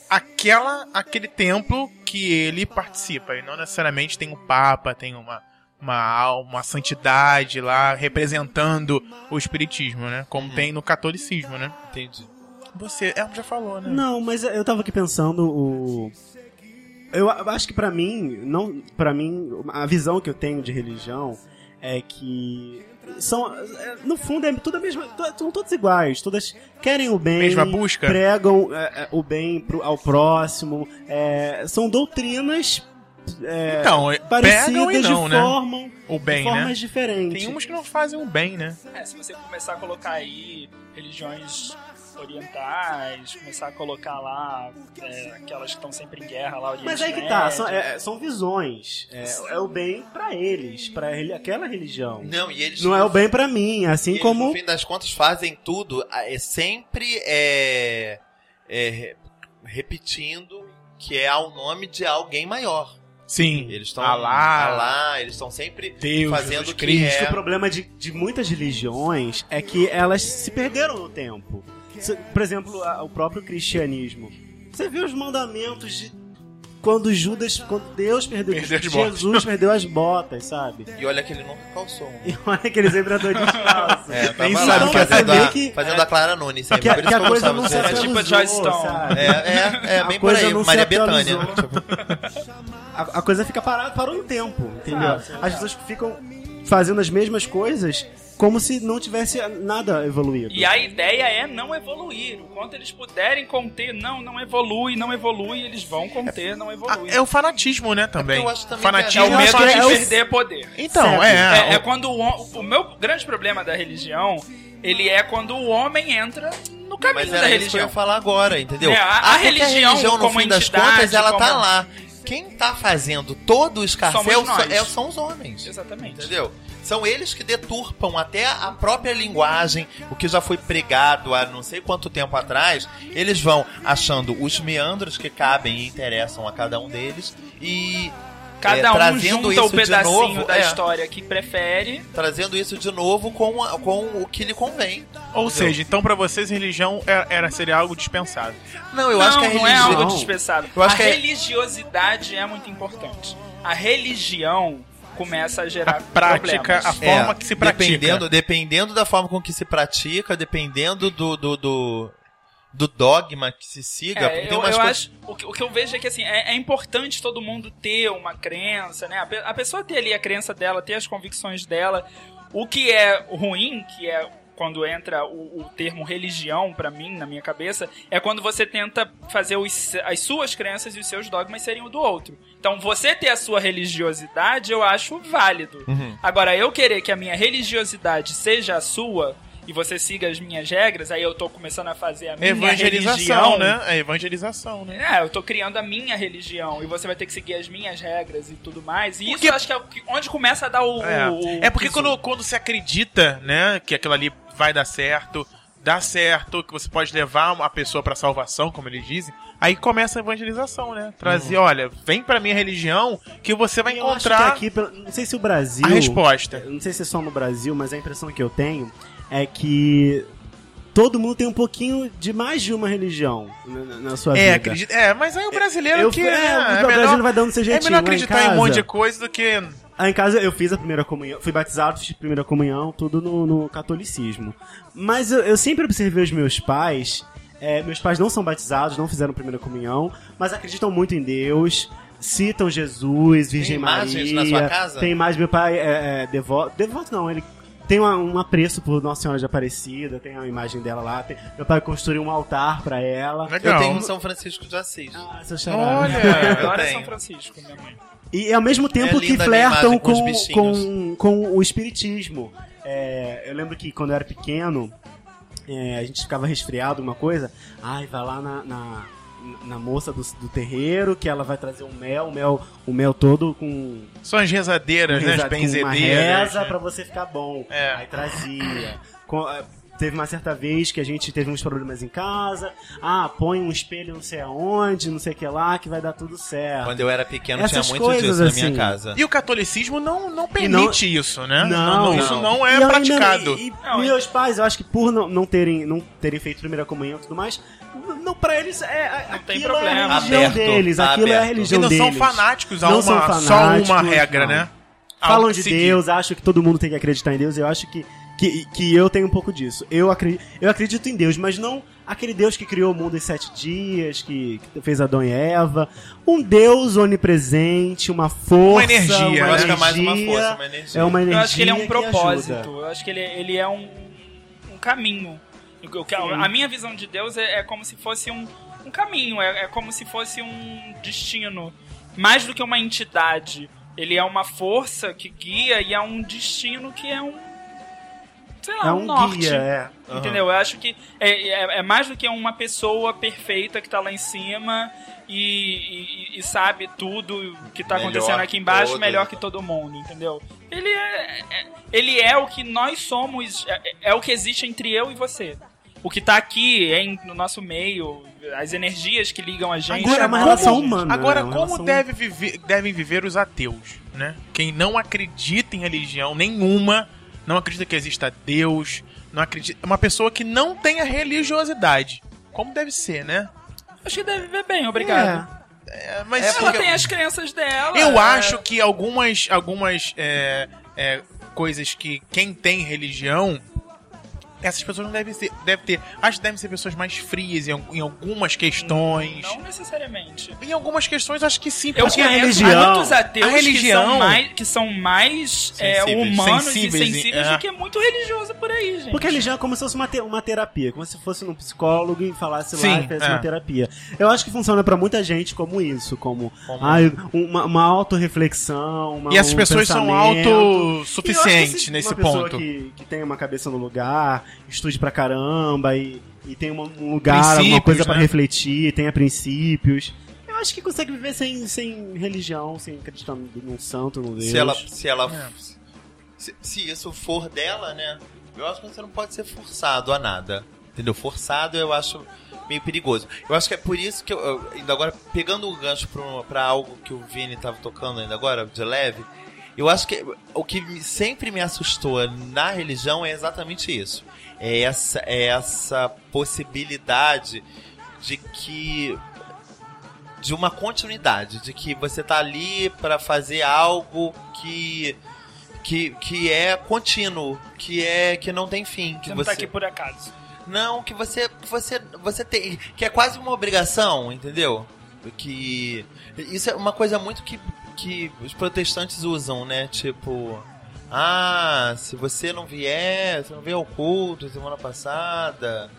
Speaker 1: aquela aquele templo que ele participa e não necessariamente tem um papa tem uma uma alma uma santidade lá representando o espiritismo né como tem no catolicismo né
Speaker 2: Entendi.
Speaker 1: você é já falou né
Speaker 3: Não, mas eu tava aqui pensando o eu a- acho que pra mim, não, para mim, a visão que eu tenho de religião é que são é, no fundo é tudo a mesma, to- são todas iguais, todas querem o bem,
Speaker 1: Mesma busca?
Speaker 3: pregam é, é, o bem pro, ao próximo, é, são doutrinas é,
Speaker 1: então é- pegam
Speaker 3: parecidas
Speaker 1: e não
Speaker 3: de,
Speaker 1: né
Speaker 3: formam,
Speaker 1: o bem
Speaker 3: de formas
Speaker 1: né
Speaker 3: diferentes.
Speaker 1: tem umas que não fazem o bem né
Speaker 4: É, se você começar a colocar aí religiões orientais, começar a colocar lá é, aquelas que estão sempre em guerra lá, Oriente
Speaker 3: Mas aí que tá, são, é, são visões. É, é o bem pra eles, pra reli- aquela religião.
Speaker 2: Uhum. Não, e eles
Speaker 3: Não é o bem pra mim, assim
Speaker 2: Eles,
Speaker 3: como
Speaker 2: No fim das contas, fazem tudo, ah, é sempre é, é, re- repetindo que é ao nome de alguém maior.
Speaker 1: sim
Speaker 2: Eles estão
Speaker 1: Alá,
Speaker 2: eles estão sempre
Speaker 1: Deus
Speaker 2: fazendo
Speaker 1: Jesus
Speaker 2: o que
Speaker 1: Cristo.
Speaker 2: é.
Speaker 3: o problema de, de muitas religiões é que elas se perderam no tempo. Se- Por exemplo, a- o próprio cristianismo. Você vê os mandamentos de quando Judas, quando Deus perdeu,
Speaker 1: Perdeu as botas.
Speaker 3: Jesus perdeu as botas, sabe?
Speaker 2: E olha que ele nunca calçou. um.
Speaker 3: E olha aqueles embradores descalços.
Speaker 2: É, tava
Speaker 1: Nem
Speaker 2: lá,
Speaker 1: sabe o que é
Speaker 2: fazendo,
Speaker 3: saber
Speaker 2: a,
Speaker 3: que-
Speaker 2: fazendo a Clara Nunes.
Speaker 3: Que,
Speaker 2: sempre,
Speaker 3: a-
Speaker 2: por isso
Speaker 3: que a
Speaker 2: eu
Speaker 3: coisa
Speaker 2: gostava
Speaker 3: não se
Speaker 2: dela.
Speaker 4: É tipo
Speaker 3: atualizou,
Speaker 4: Joy Stone.
Speaker 3: sabe?
Speaker 2: É, é, é
Speaker 3: A
Speaker 2: bem por
Speaker 3: coisa
Speaker 2: aí.
Speaker 3: não se
Speaker 2: Maria Bethânia. Tipo,
Speaker 3: atualizou. a, a coisa fica parada, parou no tempo, entendeu?
Speaker 1: Ah,
Speaker 3: As pessoas ficam fazendo as mesmas coisas como se não tivesse nada evoluído.
Speaker 4: E a ideia é não evoluir. O quanto eles puderem conter, não, não evolui, não evolui, eles vão conter, não
Speaker 1: Ah,
Speaker 4: evolui.
Speaker 1: é o fanatismo né também,
Speaker 2: eu acho também que Ah,
Speaker 4: É
Speaker 1: fanatismo
Speaker 4: o medo
Speaker 1: só-
Speaker 3: é
Speaker 4: de
Speaker 3: o-
Speaker 4: perder poder.
Speaker 1: então
Speaker 3: Certo.
Speaker 1: é,
Speaker 4: É, é quando o, hom- o meu grande problema da religião, ele é quando o homem entra no caminho
Speaker 2: Mas
Speaker 4: da
Speaker 2: era isso que eu
Speaker 4: religião.
Speaker 2: ia falar agora, entendeu?
Speaker 4: É, a- a
Speaker 2: porque
Speaker 4: religião
Speaker 2: no
Speaker 4: como
Speaker 2: fim das
Speaker 4: entidade,
Speaker 2: contas, ela tá
Speaker 4: como-
Speaker 2: lá. Quem tá fazendo todo o escarcel
Speaker 4: Somos nós.
Speaker 2: é- são os homens.
Speaker 4: Exatamente.
Speaker 2: Entendeu? São eles que deturpam até a própria linguagem, o que já foi pregado há não sei quanto tempo atrás. Eles vão achando os meandros que cabem e interessam a cada um deles e
Speaker 4: Cada
Speaker 2: é,
Speaker 4: um
Speaker 2: trazendo
Speaker 4: junta
Speaker 2: isso
Speaker 4: o pedacinho
Speaker 2: de novo,
Speaker 4: da
Speaker 2: é,
Speaker 4: história que prefere.
Speaker 2: trazendo isso de novo com, a- com o que lhe convém.
Speaker 1: ou seja então pra vocês religião era, era seria algo dispensável
Speaker 2: Não, eu
Speaker 4: não,
Speaker 2: acho que a
Speaker 4: não
Speaker 2: religião
Speaker 4: é algo
Speaker 3: Não.
Speaker 4: dispensável.
Speaker 2: Eu acho
Speaker 4: a
Speaker 2: que é-
Speaker 4: religiosidade é muito importante. A religião, começa a
Speaker 1: A
Speaker 4: gerar
Speaker 1: prática, a
Speaker 4: problemas.
Speaker 1: forma que se pratica.
Speaker 2: é, Dependendo, dependendo da forma com que se pratica, dependendo do, do, do, do dogma que se siga.
Speaker 4: É,
Speaker 2: porque tem
Speaker 4: eu,
Speaker 2: umas
Speaker 4: eu
Speaker 2: coisas-
Speaker 4: acho, o, que, o que eu vejo é que assim, é, é importante todo mundo ter uma crença, né? A, pe- a pessoa ter ali a crença dela, ter as convicções dela. O que é ruim, que é quando entra o, o termo religião pra mim, na minha cabeça, é quando você tenta fazer os- as suas crenças e os seus dogmas serem o do outro. Então você ter a sua religiosidade, eu acho válido.
Speaker 2: Uhum.
Speaker 4: Agora, eu querer que a minha religiosidade seja a sua e você siga as minhas regras, aí eu tô começando a fazer a minha
Speaker 1: Evangelização,
Speaker 4: religião,
Speaker 1: né? É evangelização, né?
Speaker 4: é, eu tô criando a minha religião e você vai ter que seguir as minhas regras e tudo mais. E isso
Speaker 1: Porque-
Speaker 4: eu acho que é o que- onde começa a dar o. o-
Speaker 1: É, é porque
Speaker 4: o-
Speaker 1: quando, quando você acredita, né, que aquilo ali vai dar certo, dá certo, que você pode levar uma pessoa pra salvação, como eles dizem, aí começa a evangelização, né? Trazer,
Speaker 4: Uhum.
Speaker 1: olha, vem pra minha religião que você vai
Speaker 3: Eu acho que
Speaker 1: encontrar
Speaker 3: aqui, pelo- não sei se o Brasil.
Speaker 1: a resposta.
Speaker 3: Não sei se é só no Brasil, mas a impressão que eu tenho é que todo mundo tem um pouquinho de mais de uma religião na, na- na sua
Speaker 1: É,
Speaker 3: vida.
Speaker 1: acredita, é, mas aí o brasileiro
Speaker 3: Eu,
Speaker 1: que
Speaker 3: é,
Speaker 1: né,
Speaker 3: o
Speaker 1: é,
Speaker 3: Brasil
Speaker 1: melhor,
Speaker 3: vai dando seu
Speaker 1: é
Speaker 3: jeitinho.
Speaker 1: melhor
Speaker 3: Lá
Speaker 1: acreditar
Speaker 3: em,
Speaker 1: em,
Speaker 3: casa,
Speaker 1: um monte de coisa do que
Speaker 3: lá Ah, em casa eu fiz a primeira comunhão, fui batizado, fiz primeira comunhão, tudo no, no catolicismo. Mas eu, eu sempre observei os meus pais. é, meus pais não são batizados, não fizeram primeira comunhão, mas acreditam muito em Deus, citam Jesus, Virgem
Speaker 2: imagens
Speaker 3: Maria.
Speaker 2: na sua casa?
Speaker 3: Tem mais, meu pai é, é devoto. Devoto não, ele tem uma- um apreço por Nossa Senhora de Aparecida, tem a imagem dela lá. tem- meu pai construiu um altar pra ela.
Speaker 2: Eu
Speaker 1: Legal.
Speaker 2: tenho um São Francisco de Assis.
Speaker 3: Ah, seu xará.
Speaker 4: Eu
Speaker 1: Olha,
Speaker 4: adoro
Speaker 2: tenho.
Speaker 4: É, São Francisco, minha mãe.
Speaker 3: E ao mesmo tempo
Speaker 2: É
Speaker 3: que
Speaker 2: linda a minha
Speaker 3: flertam
Speaker 2: imagem com
Speaker 3: com,
Speaker 2: os
Speaker 3: com,
Speaker 2: bichinhos.
Speaker 3: com o espiritismo. É, eu lembro que quando eu era pequeno, é, a gente ficava resfriado, uma coisa. Ai, vai lá na, na, na moça do, do terreiro que ela vai trazer um mel, o mel, o mel todo com,
Speaker 1: são as rezadeiras, né? As
Speaker 3: com uma
Speaker 1: benzedeiras.
Speaker 3: reza
Speaker 1: né?
Speaker 3: pra você ficar bom.
Speaker 1: É.
Speaker 3: Aí trazia. Com- eh, teve uma certa vez que a gente teve uns problemas em casa. Ah, põe um espelho não sei aonde, não sei o que lá, que vai dar tudo certo.
Speaker 2: Quando eu era pequeno,
Speaker 3: Essas
Speaker 2: tinha muito
Speaker 3: coisas,
Speaker 2: disso na minha
Speaker 3: assim.
Speaker 2: casa.
Speaker 1: E o catolicismo não, não
Speaker 3: E não-
Speaker 1: permite isso, né?
Speaker 3: Não,
Speaker 1: Isso
Speaker 2: não.
Speaker 1: não
Speaker 3: E
Speaker 1: é
Speaker 3: eu ainda-
Speaker 1: praticado.
Speaker 3: e- e
Speaker 4: Não,
Speaker 3: meus pais, eu acho que por não, não terem, não terem feito primeira comunhão e tudo mais, n- não, pra eles é, a-
Speaker 4: Não tem
Speaker 3: aquilo é
Speaker 4: problema.
Speaker 3: a religião
Speaker 2: Aberto,
Speaker 3: deles,
Speaker 2: tá
Speaker 3: aquilo é a
Speaker 2: aberto.
Speaker 1: E
Speaker 3: religião
Speaker 1: não
Speaker 3: deles.
Speaker 1: são fanáticos a
Speaker 3: Não
Speaker 1: uma,
Speaker 3: são
Speaker 1: só uma
Speaker 3: fanáticos,
Speaker 1: regra,
Speaker 3: não.
Speaker 1: né?
Speaker 3: Falam
Speaker 1: Algo
Speaker 3: de
Speaker 1: seguir.
Speaker 3: Deus, acham que todo mundo tem que acreditar em Deus, eu acho que, que, que eu tenho um pouco disso. Eu acredito, eu acredito em Deus, mas não aquele Deus que criou o mundo em sete dias, que, que fez Adão e Eva. Um Deus onipresente, uma força.
Speaker 1: Uma energia, né?
Speaker 2: Eu acho que é mais uma
Speaker 3: energia,
Speaker 2: força, uma energia.
Speaker 3: É uma energia.
Speaker 4: Eu acho que ele é um
Speaker 3: que ajuda.
Speaker 4: propósito. Eu acho que ele, ele é um, um caminho. O que- A minha visão de Deus é, é como se fosse um, um caminho, é, é como se fosse um destino. Mais do que uma entidade. Ele é uma força que guia e é um destino que é um. Sei lá,
Speaker 3: É
Speaker 4: um
Speaker 3: um
Speaker 4: norte.
Speaker 3: guia, é.
Speaker 2: Aham.
Speaker 4: Entendeu? Eu acho que é, é, é mais do que uma pessoa perfeita que tá lá em cima e, e- e sabe tudo que tá
Speaker 2: Melhor
Speaker 4: acontecendo
Speaker 2: que
Speaker 4: aqui embaixo
Speaker 2: todos.
Speaker 4: melhor que todo mundo, entendeu? Ele é, é- ele é o que nós somos, é, é o que existe entre eu e você. O que tá aqui em, no nosso meio, as energias que ligam a gente.
Speaker 3: Agora, é uma
Speaker 4: Como-
Speaker 3: relação humana.
Speaker 1: Agora,
Speaker 3: né? Uma
Speaker 1: como
Speaker 3: relação-
Speaker 1: deve viver- devem viver os ateus, né? Quem não acredita em religião nenhuma, não acredita que exista Deus, não acredita. Uma pessoa que não tenha religiosidade. Como deve ser, né?
Speaker 4: Acho que deve viver bem, obrigado.
Speaker 1: É, mas
Speaker 2: É
Speaker 4: Ela
Speaker 2: porque-
Speaker 4: tem as crenças dela.
Speaker 1: eu
Speaker 4: é-
Speaker 1: acho que algumas, algumas é, é, coisas que quem tem religião. Essas pessoas não devem ser. Deve ter. Acho que devem ser pessoas mais frias em, al- em algumas questões.
Speaker 4: Não necessariamente.
Speaker 1: Em algumas questões, acho que sim.
Speaker 4: Eu
Speaker 1: porque- é
Speaker 3: que a
Speaker 4: conheço
Speaker 3: religião-
Speaker 4: há muitos ateus
Speaker 1: a
Speaker 4: que
Speaker 1: religião-
Speaker 4: são mais, que são mais é,
Speaker 2: Sensíveis.
Speaker 4: humanos
Speaker 1: Sensíveis,
Speaker 4: e sensíveis
Speaker 1: é.
Speaker 4: do que é muito religioso por aí, gente.
Speaker 3: Porque a religião é como se fosse uma, te- uma terapia, como se fosse num psicólogo e falasse lá
Speaker 1: Sim,
Speaker 3: e fizesse
Speaker 1: é.
Speaker 3: uma terapia. Eu acho que funciona pra muita gente como isso, como,
Speaker 1: Como-
Speaker 3: ah, uma, uma autorreflexão, uma,
Speaker 1: E essas
Speaker 3: um
Speaker 1: pessoas são
Speaker 3: pensamento. E eu acho que
Speaker 1: autossuficientes
Speaker 3: se
Speaker 1: nesse
Speaker 3: uma pessoa
Speaker 1: ponto.
Speaker 3: Que, que tem uma cabeça no lugar, estude pra caramba e, e tem uma- um lugar, alguma
Speaker 1: Princípios,
Speaker 3: coisa pra
Speaker 1: né?
Speaker 3: refletir, tenha princípios. Eu acho que consegue viver sem, sem religião, sem acreditar num num santo, num Deus.
Speaker 2: Se ela. Se, ela
Speaker 1: É.
Speaker 2: se, se isso for dela, né? Eu acho que você não pode ser forçado a nada. Entendeu? Forçado eu acho meio perigoso. Eu acho que é por isso que eu. eu ainda agora, pegando o gancho pra, pra algo que o Vini tava tocando ainda agora, de leve. Eu acho que o que me- sempre me assustou na religião é exatamente isso. É essa, é essa possibilidade de que de uma continuidade, de que você tá ali para fazer algo que que, que é contínuo, que é que não tem fim, que
Speaker 4: Você
Speaker 2: você,
Speaker 4: não tá aqui por acaso.
Speaker 2: não, que você que você você tem, que é quase uma obrigação, entendeu? Que isso é uma coisa muito que que os protestantes usam, né? Tipo, ah, se você não vier, se não vier ao culto semana passada,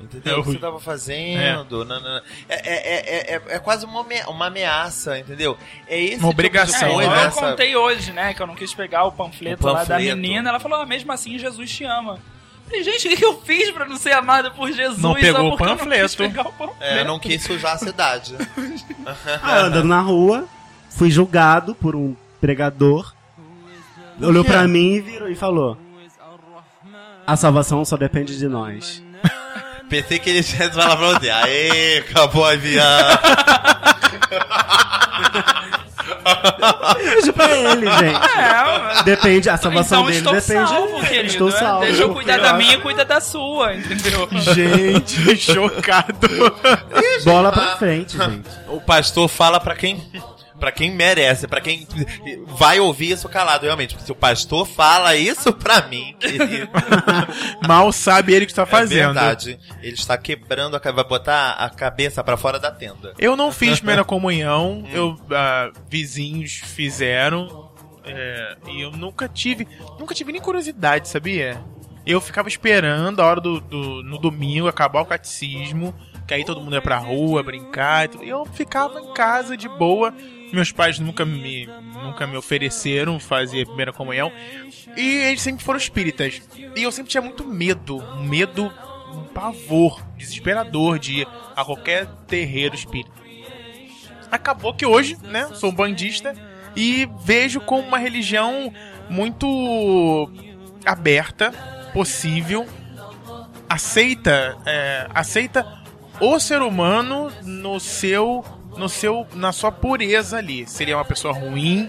Speaker 2: entendeu?
Speaker 1: É
Speaker 2: o que
Speaker 1: o-
Speaker 2: você tava fazendo? nanana. É, é, é, é, é quase uma, ame- uma ameaça, entendeu? É esse tipo de
Speaker 1: obrigação,
Speaker 4: É,
Speaker 1: Oi,
Speaker 4: igual
Speaker 2: coisa,
Speaker 1: né?
Speaker 4: eu
Speaker 2: essa-
Speaker 4: contei hoje, né? Que eu não quis pegar o panfleto,
Speaker 2: O
Speaker 4: lá da
Speaker 2: panfleto.
Speaker 4: menina. Ela falou, ah, mesmo assim, Jesus te ama. Eu Falei, gente, o que que eu fiz pra não ser amada por Jesus?
Speaker 1: Não
Speaker 4: só
Speaker 1: pegou o
Speaker 4: porque eu não quis
Speaker 1: panfleto.
Speaker 4: pegar o panfleto.
Speaker 2: É, eu não quis sujar a cidade.
Speaker 3: Ah, andando na rua, fui julgado por um pregador. Olhou pra mim e virou e falou: A salvação só depende de nós.
Speaker 2: Pensei que ele tinha falado pra você. Aê, acabou o avião.
Speaker 3: Beijo pra ele, gente.
Speaker 4: É,
Speaker 3: Depende, a salvação
Speaker 4: então
Speaker 3: dele
Speaker 4: estou
Speaker 3: depende.
Speaker 4: salvo,
Speaker 3: dele.
Speaker 4: querido.
Speaker 3: estou
Speaker 4: né?
Speaker 3: salvo.
Speaker 4: Deixa eu cuidar da minha e cuida da sua, entendeu?
Speaker 1: Gente, chocado.
Speaker 3: Bola pra frente, gente.
Speaker 2: O pastor fala pra quem para quem merece, pra quem vai ouvir isso calado, realmente. Se o pastor fala isso pra mim, querido,
Speaker 1: Mal sabe ele o que está fazendo.
Speaker 2: é verdade. Ele está quebrando a ca- vai botar a cabeça pra fora da tenda.
Speaker 1: Eu não fiz primeira comunhão, eu ah, vizinhos fizeram é, e eu nunca tive, nunca tive nem curiosidade, sabia? Eu ficava esperando a hora do, do- no domingo acabar o catecismo, que aí todo mundo ia pra rua brincar. E tudo. Eu ficava em casa de boa. Meus pais nunca me, nunca me ofereceram fazer a primeira comunhão e eles sempre foram espíritas. E eu sempre tinha muito medo, um medo, um pavor desesperador de ir a qualquer terreiro espírita. Acabou que hoje, né, sou bandista e vejo como uma religião muito aberta, possível, aceita, é, aceita o ser humano no seu, no seu, na sua pureza ali. Seria uma pessoa ruim,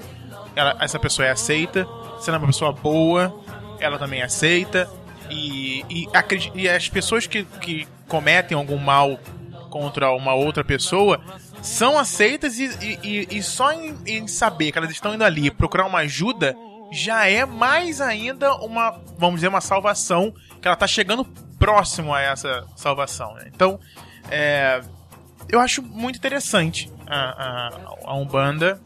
Speaker 1: ela- essa pessoa é aceita. Se ela é uma pessoa boa, ela também é aceita. E, e, acredi- e as pessoas que, que cometem algum mal contra uma outra pessoa são aceitas e, e- e, e só em, em saber que elas estão indo ali procurar uma ajuda já é mais ainda uma, vamos dizer, uma salvação que ela tá chegando próximo a essa salvação. né? Então, é, eu acho muito interessante a, a, a Umbanda.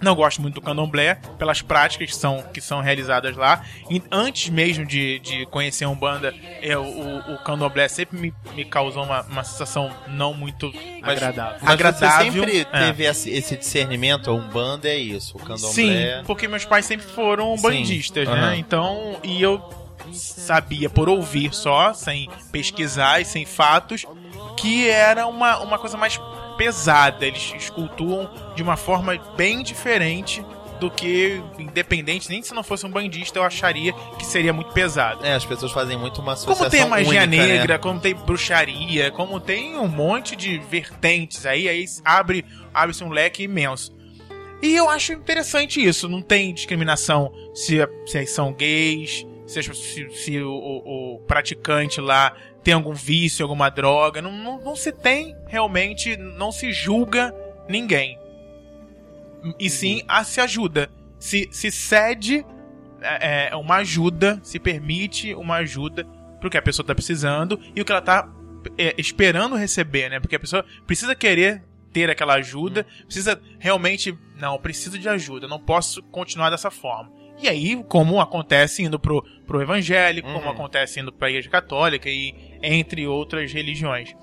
Speaker 1: Não gosto muito do candomblé, pelas práticas que são, que são realizadas lá. E antes mesmo de, de conhecer a Umbanda, eu, o, o candomblé sempre me, me causou uma, uma sensação não muito
Speaker 2: Mas-
Speaker 3: Agradável.
Speaker 2: Mas
Speaker 1: agradável.
Speaker 2: Você sempre
Speaker 1: É.
Speaker 2: teve esse- esse discernimento, a Umbanda é isso, o candomblé.
Speaker 1: Sim, porque meus pais sempre foram
Speaker 2: Sim.
Speaker 1: bandistas,
Speaker 2: Aham.
Speaker 1: né? Então, e eu sabia por ouvir só, sem pesquisar e sem fatos, que era uma, uma coisa mais pesada. Eles escultuam de uma forma bem diferente do que, independente, nem se não fosse um bandista, eu acharia que seria muito pesado.
Speaker 2: É, as pessoas fazem muito uma associação
Speaker 1: Como tem a magia
Speaker 2: única, né?
Speaker 1: negra, como tem bruxaria, como tem um monte de vertentes aí, aí abre, abre-se um leque imenso. E eu acho interessante isso, não tem discriminação se, se eles são gays, se, as- se- se o, o- o praticante lá tem algum vício, alguma droga, não, não- não se tem realmente, não se julga ninguém. E
Speaker 2: Uhum.
Speaker 1: sim, a se ajuda. Se, se cede é, é, uma ajuda, se permite uma ajuda pro que a pessoa tá precisando e o que ela tá é, esperando receber, né? Porque a pessoa precisa querer ter aquela ajuda, precisa realmente, não, eu preciso de ajuda, eu não posso continuar dessa forma. E aí, como acontece indo pro, pro evangélico, como
Speaker 2: Uhum.
Speaker 1: acontece indo pra igreja católica e entre outras religiões.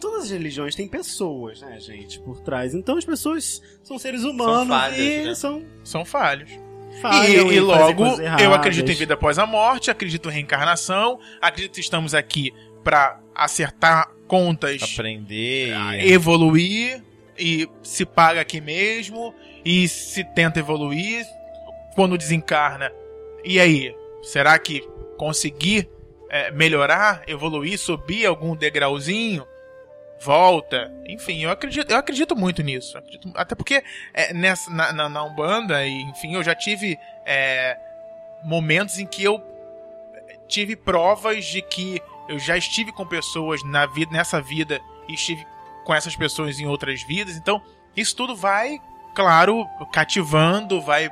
Speaker 3: Todas as religiões têm pessoas, né, gente, por trás. Então as pessoas são seres humanos
Speaker 2: São falhas,
Speaker 3: e
Speaker 2: né?
Speaker 3: são
Speaker 1: São falhos.
Speaker 3: falhas.
Speaker 1: E- e,
Speaker 3: fazem
Speaker 1: logo,
Speaker 3: coisas erradas.
Speaker 1: eu acredito em vida após a morte, acredito em reencarnação, acredito que estamos aqui pra acertar contas,
Speaker 2: Aprender.
Speaker 1: evoluir, e se paga aqui mesmo, e se tenta evoluir, quando desencarna. E aí, será que conseguir eh, melhorar, evoluir, subir algum degrauzinho? Volta, enfim, eu acredito, eu acredito muito nisso. Acredito- até porque eh, nessa, na, na, na Umbanda, e, enfim, eu já tive eh, momentos em que eu tive provas de que eu já estive com pessoas na vida, nessa vida e estive com essas pessoas em outras vidas. Então, isso tudo vai, claro, cativando, vai.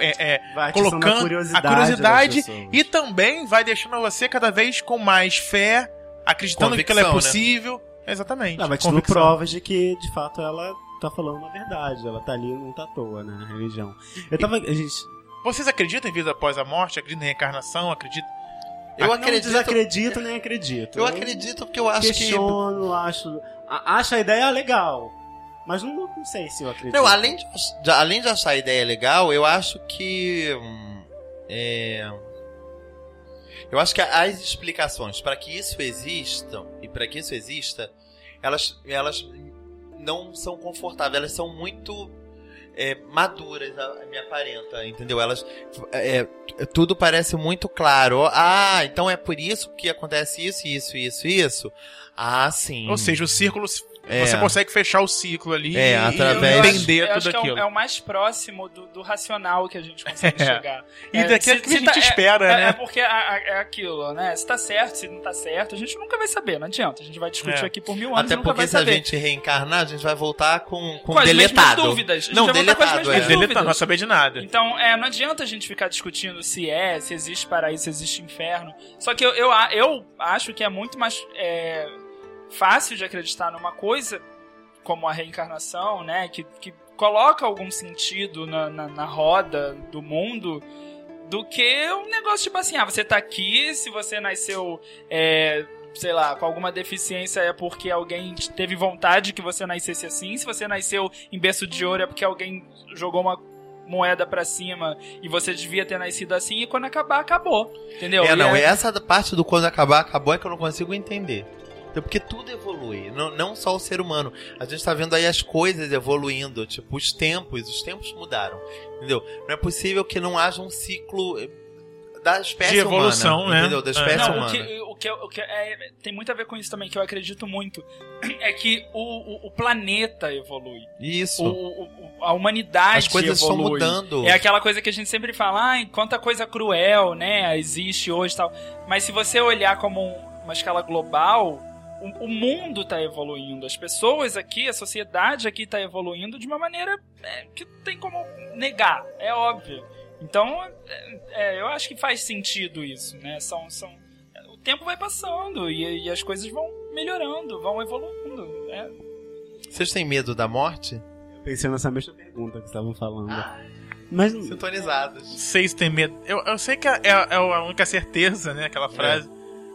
Speaker 1: é, é,
Speaker 3: Vai atiçando
Speaker 1: colocando
Speaker 3: a curiosidade.
Speaker 1: a curiosidade
Speaker 3: das pessoas.
Speaker 1: e também vai deixando você cada vez com mais fé, acreditando que
Speaker 2: Convicção,
Speaker 1: aquilo é
Speaker 2: né?
Speaker 1: possível. Exatamente.
Speaker 3: Não, mas tudo
Speaker 1: Convicção.
Speaker 3: provas de que, de fato, ela tá falando a verdade. Ela tá ali, não tá à toa, né? A religião. Eu tava. a gente,
Speaker 1: Vocês acreditam em vida após a morte? Acreditam em reencarnação? Acreditam?
Speaker 2: Eu
Speaker 3: ah, não
Speaker 2: acredito.
Speaker 3: desacredito nem acredito.
Speaker 2: Eu acredito porque eu acho que.
Speaker 3: questiono, acho. a- acho a ideia legal. Mas não, não sei se eu acredito.
Speaker 2: Não, além de, de- além de achar a ideia legal, eu acho que. hum, é, Eu acho que a- as explicações para que isso existam e para que isso exista, elas, elas não são confortáveis, elas são muito é, maduras, a- me aparenta, entendeu? Elas. é, tudo parece muito claro. Ó, Ah, então é por isso que acontece isso, isso, isso, isso. Ah, sim.
Speaker 1: Ou seja, o círculo.
Speaker 2: É.
Speaker 1: Você consegue fechar o ciclo ali
Speaker 2: É,
Speaker 1: e-
Speaker 2: através-
Speaker 1: e
Speaker 4: Eu acho-
Speaker 1: entender
Speaker 4: eu acho
Speaker 1: tudo
Speaker 4: que é o-
Speaker 1: aquilo.
Speaker 4: É o, mais próximo do, do racional que a gente consegue
Speaker 1: É.
Speaker 4: chegar.
Speaker 1: E daquilo que a gente
Speaker 4: tá- é-
Speaker 1: espera,
Speaker 4: é,
Speaker 1: né?
Speaker 4: É porque a- a- é aquilo, né? Se tá certo, se não tá certo, a gente nunca vai saber, não adianta. A gente vai discutir
Speaker 1: É.
Speaker 4: aqui por mil anos
Speaker 2: Até
Speaker 4: e nunca
Speaker 2: porque
Speaker 4: vai
Speaker 2: se a
Speaker 4: saber.
Speaker 2: gente reencarnar, a gente vai voltar com, com,
Speaker 4: Com as mesmas
Speaker 2: deletado.
Speaker 4: dúvidas. A gente
Speaker 2: Não,
Speaker 4: vai voltar com as
Speaker 2: deletado,
Speaker 1: É,
Speaker 4: mesmas
Speaker 2: é.
Speaker 1: deletando,
Speaker 4: dúvidas.
Speaker 1: não vai saber de nada.
Speaker 4: Então, é, não adianta a gente ficar discutindo se é, se existe paraíso, se existe inferno. Só que eu, eu, a- eu acho que é muito mais é, fácil de acreditar numa coisa como a reencarnação, né? Que, que coloca algum sentido na, na, na roda do mundo do que um negócio tipo assim, ah, você tá aqui, se você nasceu, é, sei lá, com alguma deficiência é porque alguém te- teve vontade que você nascesse assim, se você nasceu em berço de ouro é porque alguém jogou uma moeda pra cima e você devia ter nascido assim e quando acabar, acabou. Entendeu?
Speaker 2: É,
Speaker 4: E
Speaker 2: não, essa da parte do quando acabar, acabou é que eu não consigo entender. Então, porque tudo evolui, não, não só o ser humano. A gente tá vendo aí as coisas evoluindo, tipo, os tempos, os tempos mudaram, entendeu? Não é possível que não haja um ciclo eh, da espécie
Speaker 1: De evolução,
Speaker 2: humana,
Speaker 1: né?
Speaker 2: entendeu? Da
Speaker 1: É.
Speaker 2: espécie
Speaker 1: Não,
Speaker 4: o
Speaker 2: humana.
Speaker 4: que, o que, o que é- tem muito a ver com isso também, que eu acredito muito, é que o, o, o planeta evolui.
Speaker 2: Isso.
Speaker 4: O, o- o- a humanidade
Speaker 2: as coisas estão
Speaker 4: evolui.
Speaker 2: mudando.
Speaker 4: É aquela coisa que a gente sempre fala, ai, quanta coisa cruel, né, existe hoje e tal. Mas se você olhar como um- uma escala global, o, o mundo tá evoluindo, as pessoas aqui, a sociedade aqui tá evoluindo de uma maneira é, que não tem como negar, é óbvio. Então, é, é, eu acho que faz sentido isso, né, são... são o tempo vai passando e, e as coisas vão melhorando, vão evoluindo. né?
Speaker 2: Vocês têm medo da morte?
Speaker 3: Pensei nessa mesma pergunta que estavam falando.
Speaker 2: Ah.
Speaker 3: Mas
Speaker 2: Sintonizados.
Speaker 1: Não sei se tem medo. Eu, eu sei que é, é a única certeza, né?
Speaker 2: É.
Speaker 1: Aquela frase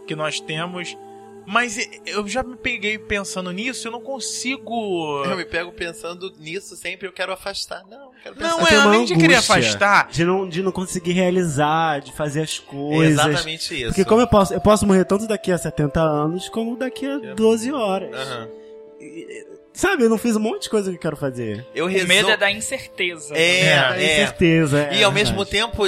Speaker 1: que nós temos. Mas e- eu já me peguei pensando nisso, eu não consigo.
Speaker 2: Eu me pego pensando nisso sempre, eu quero afastar. Não, eu quero pensar
Speaker 1: Não
Speaker 3: tem
Speaker 1: é,
Speaker 3: uma
Speaker 1: além de querer
Speaker 3: angústia.
Speaker 1: afastar.
Speaker 3: de não, de não conseguir realizar, de fazer as
Speaker 2: É
Speaker 3: coisas.
Speaker 2: exatamente isso.
Speaker 3: Porque como eu posso, eu posso morrer tanto daqui a 70 anos como daqui a 12 horas.
Speaker 2: Aham.
Speaker 3: Sabe, eu não fiz um monte de coisa que eu quero fazer.
Speaker 2: Eu
Speaker 4: O
Speaker 2: rezo...
Speaker 4: medo é da incerteza. né.
Speaker 2: É,
Speaker 3: Tenho
Speaker 2: é.
Speaker 3: certeza. é,
Speaker 2: E ao
Speaker 3: verdade.
Speaker 2: mesmo tempo,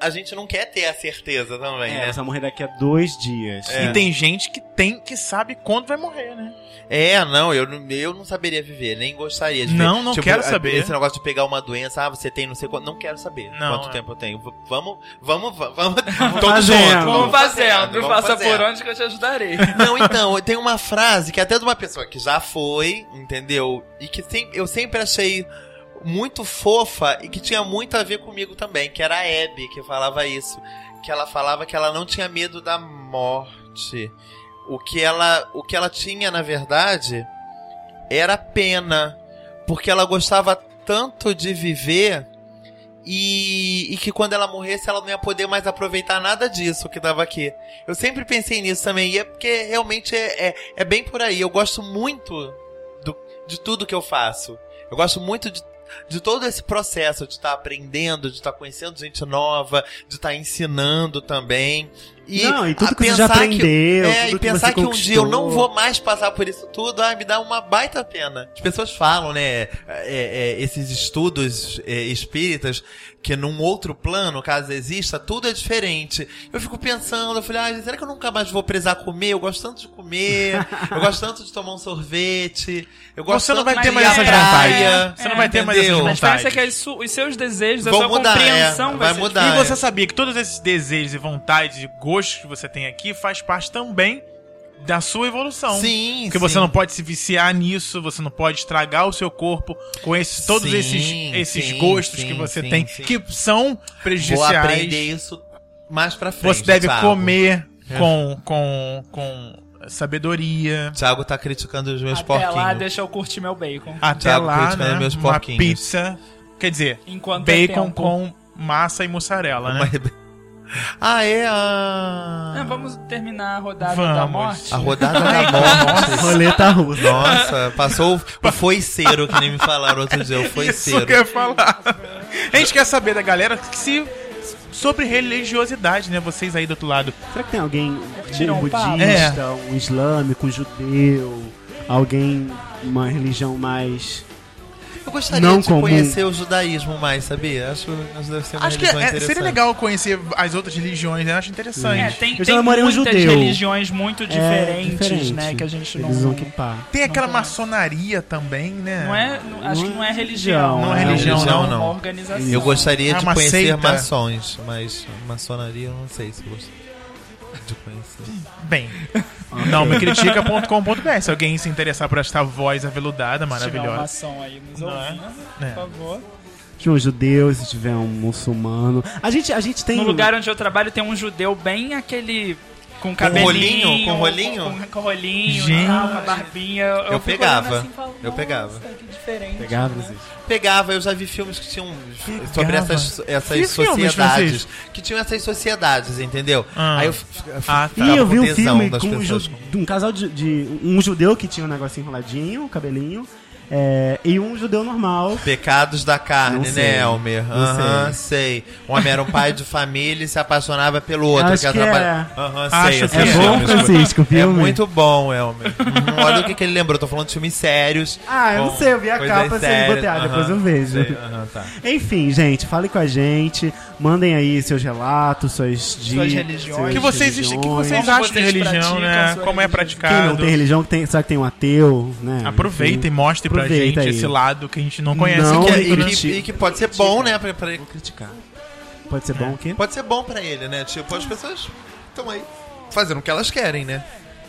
Speaker 2: a gente não quer ter a certeza também,
Speaker 3: É,
Speaker 2: né?
Speaker 3: você vai morrer daqui a dois dias.
Speaker 2: É.
Speaker 1: E tem gente que tem que sabe quando vai morrer, né?
Speaker 2: É, não, eu, não- eu não saberia viver, nem gostaria de viver. Tipo,
Speaker 1: Não, não quero
Speaker 2: a-
Speaker 1: saber.
Speaker 2: Esse negócio de pegar uma doença, ah, você tem não sei quanto. Não quero saber
Speaker 1: Não,
Speaker 2: quanto
Speaker 1: é.
Speaker 2: tempo eu tenho. V- Vamos, vamos, va- vamos.
Speaker 3: Todos juntos.
Speaker 4: Vamos fazendo,
Speaker 2: vamos
Speaker 4: faça
Speaker 2: fazendo.
Speaker 4: por onde que eu te ajudarei.
Speaker 2: Não, então, tem uma frase que é até de uma pessoa que já foi, entendeu? E que sem- eu sempre achei muito fofa e que tinha muito a ver comigo também, que era a Abby que falava isso. Que ela falava que ela não tinha medo da morte. O que ela, o que ela tinha, na verdade, era pena. Porque ela gostava tanto de viver e, e que quando ela morresse ela não ia poder mais aproveitar nada disso que tava aqui. Eu sempre pensei nisso também, e é porque realmente é, é, é bem por aí. Eu gosto muito do- de tudo que eu faço. Eu gosto muito de, de todo esse processo de estar aprendendo, de estar conhecendo gente nova, de estar ensinando também. E,
Speaker 3: não, e tudo
Speaker 2: a
Speaker 3: que você já
Speaker 2: pensar
Speaker 3: aprendeu,
Speaker 2: é,
Speaker 3: tudo
Speaker 2: e pensar
Speaker 3: que,
Speaker 2: que,
Speaker 3: você
Speaker 2: um dia eu não
Speaker 3: conquistou.
Speaker 2: vou mais passar por isso tudo, ai, me dá uma baita pena. As pessoas falam, né, é, é, esses estudos é, espíritas, que num outro plano, caso exista, tudo é diferente. Eu fico pensando, eu falei, ai, será que eu nunca mais vou precisar comer? Eu gosto tanto de comer, eu gosto tanto de tomar um sorvete, eu gosto
Speaker 1: Você não
Speaker 2: tanto
Speaker 1: vai
Speaker 2: de
Speaker 1: ter
Speaker 2: ir
Speaker 1: mais
Speaker 2: à
Speaker 1: essas
Speaker 2: praia.
Speaker 1: vontades. Você não vai ter mais essas
Speaker 2: Entendeu?
Speaker 4: A
Speaker 1: vontades.
Speaker 4: diferença é que as su- os seus desejos, a
Speaker 2: Vão
Speaker 4: sua
Speaker 2: mudar,
Speaker 4: compreensão
Speaker 2: é.
Speaker 4: vai,
Speaker 2: Vai
Speaker 4: ser tipo,
Speaker 2: mudar.
Speaker 1: E
Speaker 2: Ah, é.
Speaker 1: você sabia que todos esses desejos e vontades e gostos que você tem aqui faz parte também da sua evolução.
Speaker 2: Sim,
Speaker 1: Porque
Speaker 2: sim.
Speaker 1: você não pode se viciar nisso, você não pode estragar o seu corpo com esses, todos
Speaker 2: Sim,
Speaker 1: esses, esses
Speaker 2: sim,
Speaker 1: gostos
Speaker 2: sim,
Speaker 1: que você
Speaker 2: sim,
Speaker 1: tem,
Speaker 2: sim.
Speaker 1: que são
Speaker 2: Vou
Speaker 1: prejudiciais.
Speaker 2: aprender isso mais pra frente.
Speaker 1: você deve
Speaker 2: Thiago. É.
Speaker 1: comer com, com, com sabedoria.
Speaker 2: Thiago tá criticando os meus
Speaker 4: Até
Speaker 2: porquinhos.
Speaker 4: lá, deixa eu curtir meu bacon.
Speaker 1: Até
Speaker 2: Thiago
Speaker 1: lá,
Speaker 2: criticando
Speaker 1: né,
Speaker 2: meus
Speaker 1: uma
Speaker 2: porquinhos.
Speaker 1: pizza. Quer dizer,
Speaker 4: Enquanto é
Speaker 1: bacon
Speaker 4: tempo.
Speaker 1: com massa e mussarela, né?
Speaker 2: Ah, é
Speaker 4: Ah,
Speaker 2: a.
Speaker 4: vamos terminar a rodada da
Speaker 1: Vamos.
Speaker 4: morte.
Speaker 2: A rodada da morte.
Speaker 3: Roleta russa.
Speaker 2: Nossa, passou o- o foiceiro que nem me falaram outro dia, o
Speaker 1: Isso
Speaker 2: foiceiro.
Speaker 1: que é eu ia falar. A gente quer saber da galera que se sobre religiosidade, né? Vocês aí do outro lado.
Speaker 3: Será que tem alguém
Speaker 4: Tirou
Speaker 3: um
Speaker 4: um papo.
Speaker 3: budista, um islâmico, um judeu, alguém uma religião mais
Speaker 2: Eu gostaria
Speaker 3: Não
Speaker 2: de
Speaker 3: comum.
Speaker 2: conhecer o judaísmo mais, sabia? Acho que isso deve ser uma
Speaker 1: Acho que
Speaker 2: religião
Speaker 1: é-
Speaker 2: interessante.
Speaker 1: seria legal conhecer as outras religiões, né? Acho interessante.
Speaker 4: É, tem,
Speaker 3: Eu já
Speaker 4: tem
Speaker 3: namorei um
Speaker 4: muitas
Speaker 3: judeu.
Speaker 4: religiões muito
Speaker 3: é,
Speaker 4: diferentes, né? Que a gente não.
Speaker 3: Eles vão que pá.
Speaker 1: É. Tem aquela
Speaker 4: Não tem.
Speaker 1: maçonaria também, né?
Speaker 4: Não é, não- acho que não é religião.
Speaker 3: Não
Speaker 1: é religião, não,
Speaker 4: É
Speaker 2: não.
Speaker 4: uma organização.
Speaker 2: Eu gostaria
Speaker 1: É
Speaker 2: de
Speaker 1: uma
Speaker 2: conhecer
Speaker 1: seita.
Speaker 2: maçons, mas maçonaria eu não sei se eu gostaria de conhecer.
Speaker 1: Bem, não me critica.com.br. Se alguém se interessar por esta voz aveludada,
Speaker 4: Se tiver uma
Speaker 1: maravilhosa.
Speaker 4: ação aí nos
Speaker 1: Não é?
Speaker 4: ouvindo, né?
Speaker 1: É.
Speaker 4: por favor.
Speaker 3: Se tiver um judeu, se tiver um muçulmano. A gente, a gente
Speaker 1: um
Speaker 3: tem.
Speaker 4: No lugar onde eu trabalho tem um judeu bem aquele. Com cabelinho.
Speaker 2: rolinho? Com rolinho?
Speaker 4: Com, com rolinho,
Speaker 1: Gente.
Speaker 4: tal, com a barbinha. Eu,
Speaker 2: Eu
Speaker 4: fico
Speaker 2: pegava.
Speaker 4: olhando assim e falo,
Speaker 2: Eu pegava.
Speaker 4: "Nossa, Que diferente.
Speaker 3: Pegava,
Speaker 4: né?"
Speaker 1: assim.
Speaker 3: vocês?
Speaker 2: Pegava, eu já vi filmes que tinham sobre essas, essas
Speaker 1: Que filmes,
Speaker 2: sociedades.
Speaker 1: Francisco?
Speaker 2: que tinham essas sociedades, entendeu?
Speaker 1: Ah.
Speaker 2: Aí eu f- f-
Speaker 1: Ah, tá.
Speaker 2: ficava
Speaker 3: Ih, eu
Speaker 2: com
Speaker 3: vi um
Speaker 2: tesão
Speaker 3: filme
Speaker 2: das
Speaker 3: com um,
Speaker 2: pessoas
Speaker 3: ju- de um casal de, de- Um judeu que tinha um negocinho enroladinho, um cabelinho. é, e um judeu normal.
Speaker 2: Pecados da carne,
Speaker 3: Não sei.
Speaker 2: né, Elmer?
Speaker 3: Não
Speaker 2: Aham, sei. Um homem era um pai de família e se apaixonava pelo outro.
Speaker 3: Acho que é.
Speaker 2: atrapalha- Aham,
Speaker 1: Acho
Speaker 2: sei.
Speaker 1: que
Speaker 2: esses
Speaker 3: É bom,
Speaker 2: filmes.
Speaker 3: Francisco, o
Speaker 2: É
Speaker 3: filme?
Speaker 2: muito bom, Elmer. Uhum, olha o que, que ele lembrou. Tô falando de filmes sérios.
Speaker 3: Ah, eu
Speaker 2: com
Speaker 3: não sei, eu vi a
Speaker 2: coisas
Speaker 3: capa, assim,
Speaker 2: sérias.
Speaker 3: botei, ah,
Speaker 2: Aham,
Speaker 3: depois eu vejo.
Speaker 2: sei, aham, tá.
Speaker 3: Enfim, gente, fale com a gente, mandem aí seus relatos, suas dicas.
Speaker 4: religiões.
Speaker 3: seus
Speaker 1: O que vocês, o que
Speaker 3: religiões.
Speaker 1: vocês
Speaker 4: Como
Speaker 1: acham de
Speaker 4: vocês
Speaker 1: religião,
Speaker 4: praticam
Speaker 1: né?
Speaker 4: sua
Speaker 1: Como é
Speaker 4: religião?
Speaker 1: praticado.
Speaker 3: Quem não tem religião, que tem, será que tem um ateu, né?
Speaker 1: Aproveita e
Speaker 3: Enfim,
Speaker 1: mostre pra
Speaker 3: aproveita
Speaker 1: gente
Speaker 3: aí.
Speaker 1: esse lado que a gente não conhece.
Speaker 3: Não
Speaker 1: que é
Speaker 2: E,
Speaker 1: ignorante.
Speaker 2: que, e que pode ser bom, né? Pra, pra-
Speaker 3: criticar. Pode ser bom o quê?
Speaker 2: É. pode ser bom pra ele, né? Tipo, as pessoas estão aí fazendo o que elas querem, né?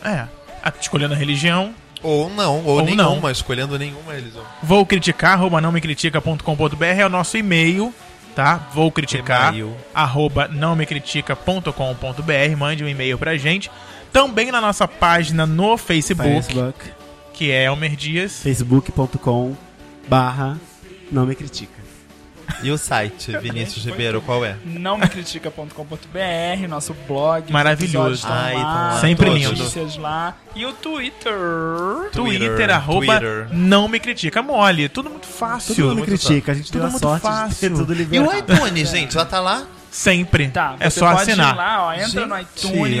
Speaker 1: É. a- Escolhendo a religião.
Speaker 2: Ou não, ou,
Speaker 1: Ou
Speaker 2: nenhuma, escolhendo nenhuma eles. vão.
Speaker 1: Vou criticar, arroba não me critica.com.br é o nosso e-mail, tá? Vou criticar,
Speaker 2: E-mail.
Speaker 1: arroba não me critica.com.br, mande um e-mail pra gente. Também na nossa página no Facebook,
Speaker 3: Facebook.
Speaker 1: que é Elmer Dias.
Speaker 3: Facebook.com barra não me critica.
Speaker 2: E o site, Vinícius Ribeiro, qual é?
Speaker 4: Não me critica.com.br, nosso blog.
Speaker 1: Maravilhoso.
Speaker 4: os episódios estão
Speaker 2: Ai, estão lá,
Speaker 1: Sempre
Speaker 4: todas as
Speaker 1: lindo.
Speaker 4: notícias lá. E o Twitter.
Speaker 1: Twitter,
Speaker 2: Twitter,
Speaker 1: arroba
Speaker 2: Twitter.
Speaker 1: não me critica. Mole, tudo muito fácil.
Speaker 3: Todo mundo
Speaker 2: muito
Speaker 3: critica, a gente
Speaker 1: Tudo
Speaker 3: deu a
Speaker 1: muito
Speaker 3: sorte de ter
Speaker 1: fácil.
Speaker 3: tudo
Speaker 2: E o
Speaker 3: liberado.
Speaker 2: iTunes, gente, já tá lá?
Speaker 1: Sempre.
Speaker 4: Tá,
Speaker 1: é
Speaker 4: você
Speaker 1: só
Speaker 4: pode
Speaker 1: assinar.
Speaker 4: Ir lá, ó, entra
Speaker 2: Gente,
Speaker 4: no iTunes,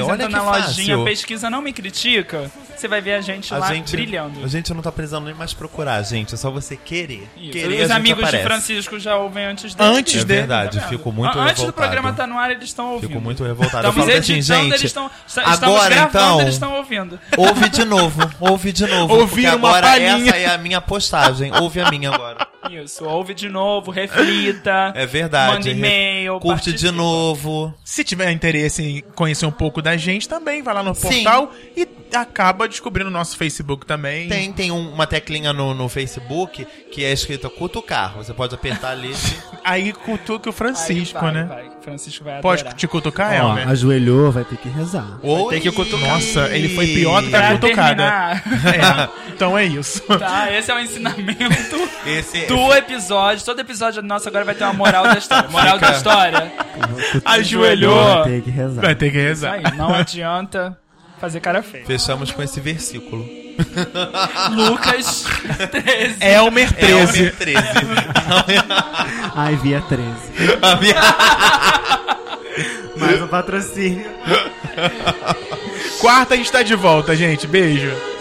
Speaker 2: olha
Speaker 4: entra
Speaker 2: que
Speaker 4: na lojinha,
Speaker 2: fácil.
Speaker 4: pesquisa, não me critica. Você vai ver a gente
Speaker 2: A
Speaker 4: Tá lá
Speaker 2: gente,
Speaker 4: brilhando.
Speaker 2: a gente não tá precisando nem mais procurar, gente. É só você querer.
Speaker 4: Isso.
Speaker 2: Querer,
Speaker 4: Os
Speaker 2: a gente
Speaker 4: amigos
Speaker 2: aparece.
Speaker 4: de Francisco já ouvem antes dele.
Speaker 1: Antes
Speaker 2: É
Speaker 1: de
Speaker 2: verdade,
Speaker 4: Tá vendo?
Speaker 2: fico muito
Speaker 4: An- Antes do
Speaker 2: revoltado.
Speaker 4: programa tá estar no ar, eles estão ouvindo.
Speaker 2: Fico muito revoltado. Eu
Speaker 4: Estamos
Speaker 2: falo assim,
Speaker 4: editando, eles
Speaker 2: gente,
Speaker 4: estão. está- estamos
Speaker 2: agora,
Speaker 4: gravando,
Speaker 2: então-
Speaker 4: eles estão ouvindo.
Speaker 2: ouve de novo, ouve de novo.
Speaker 1: Ouvir
Speaker 2: porque
Speaker 1: uma
Speaker 2: agora
Speaker 1: palhinha.
Speaker 2: essa é a minha postagem. Ouve a minha agora.
Speaker 4: Isso, ouve de novo, reflita.
Speaker 2: É verdade.
Speaker 4: Manda e-mail.
Speaker 2: Curte
Speaker 4: participa.
Speaker 2: de novo.
Speaker 1: Se tiver interesse em conhecer um pouco da gente, também vai lá no
Speaker 2: Sim.
Speaker 1: portal e acaba descobrindo o nosso Facebook também.
Speaker 2: Tem, tem um- uma teclinha no, no Facebook que é escrita cutucar. Você pode apertar ali.
Speaker 1: Aí cutuca o Francisco,
Speaker 4: Aí vai,
Speaker 1: né?
Speaker 4: vai, Francisco vai
Speaker 1: Pode
Speaker 4: adorar.
Speaker 1: te cutucar,
Speaker 3: Ó,
Speaker 1: Elmer?
Speaker 3: ajoelhou, vai ter que rezar.
Speaker 2: Ou
Speaker 1: ter que cutucar. Nossa, ele foi pior do que a
Speaker 4: Pra
Speaker 1: cutucada.
Speaker 4: terminar.
Speaker 1: É, então é isso.
Speaker 4: Tá, esse é o ensinamento
Speaker 2: Esse
Speaker 4: do episódio. Todo episódio nosso agora vai ter uma moral da história. Moral da
Speaker 2: Fica.
Speaker 4: história.
Speaker 1: Ajoelhou.
Speaker 3: Vai ter que rezar.
Speaker 1: Vai ter que
Speaker 4: Isso
Speaker 1: rezar.
Speaker 4: aí, não adianta fazer cara feia.
Speaker 2: Fechamos com esse versículo.
Speaker 4: Lucas 13.
Speaker 1: Elmer 13.
Speaker 2: Elmer 13.
Speaker 3: Ai, via 13.
Speaker 2: A minha-
Speaker 3: Mais um patrocínio.
Speaker 1: Quarta a gente tá de volta, gente. Beijo.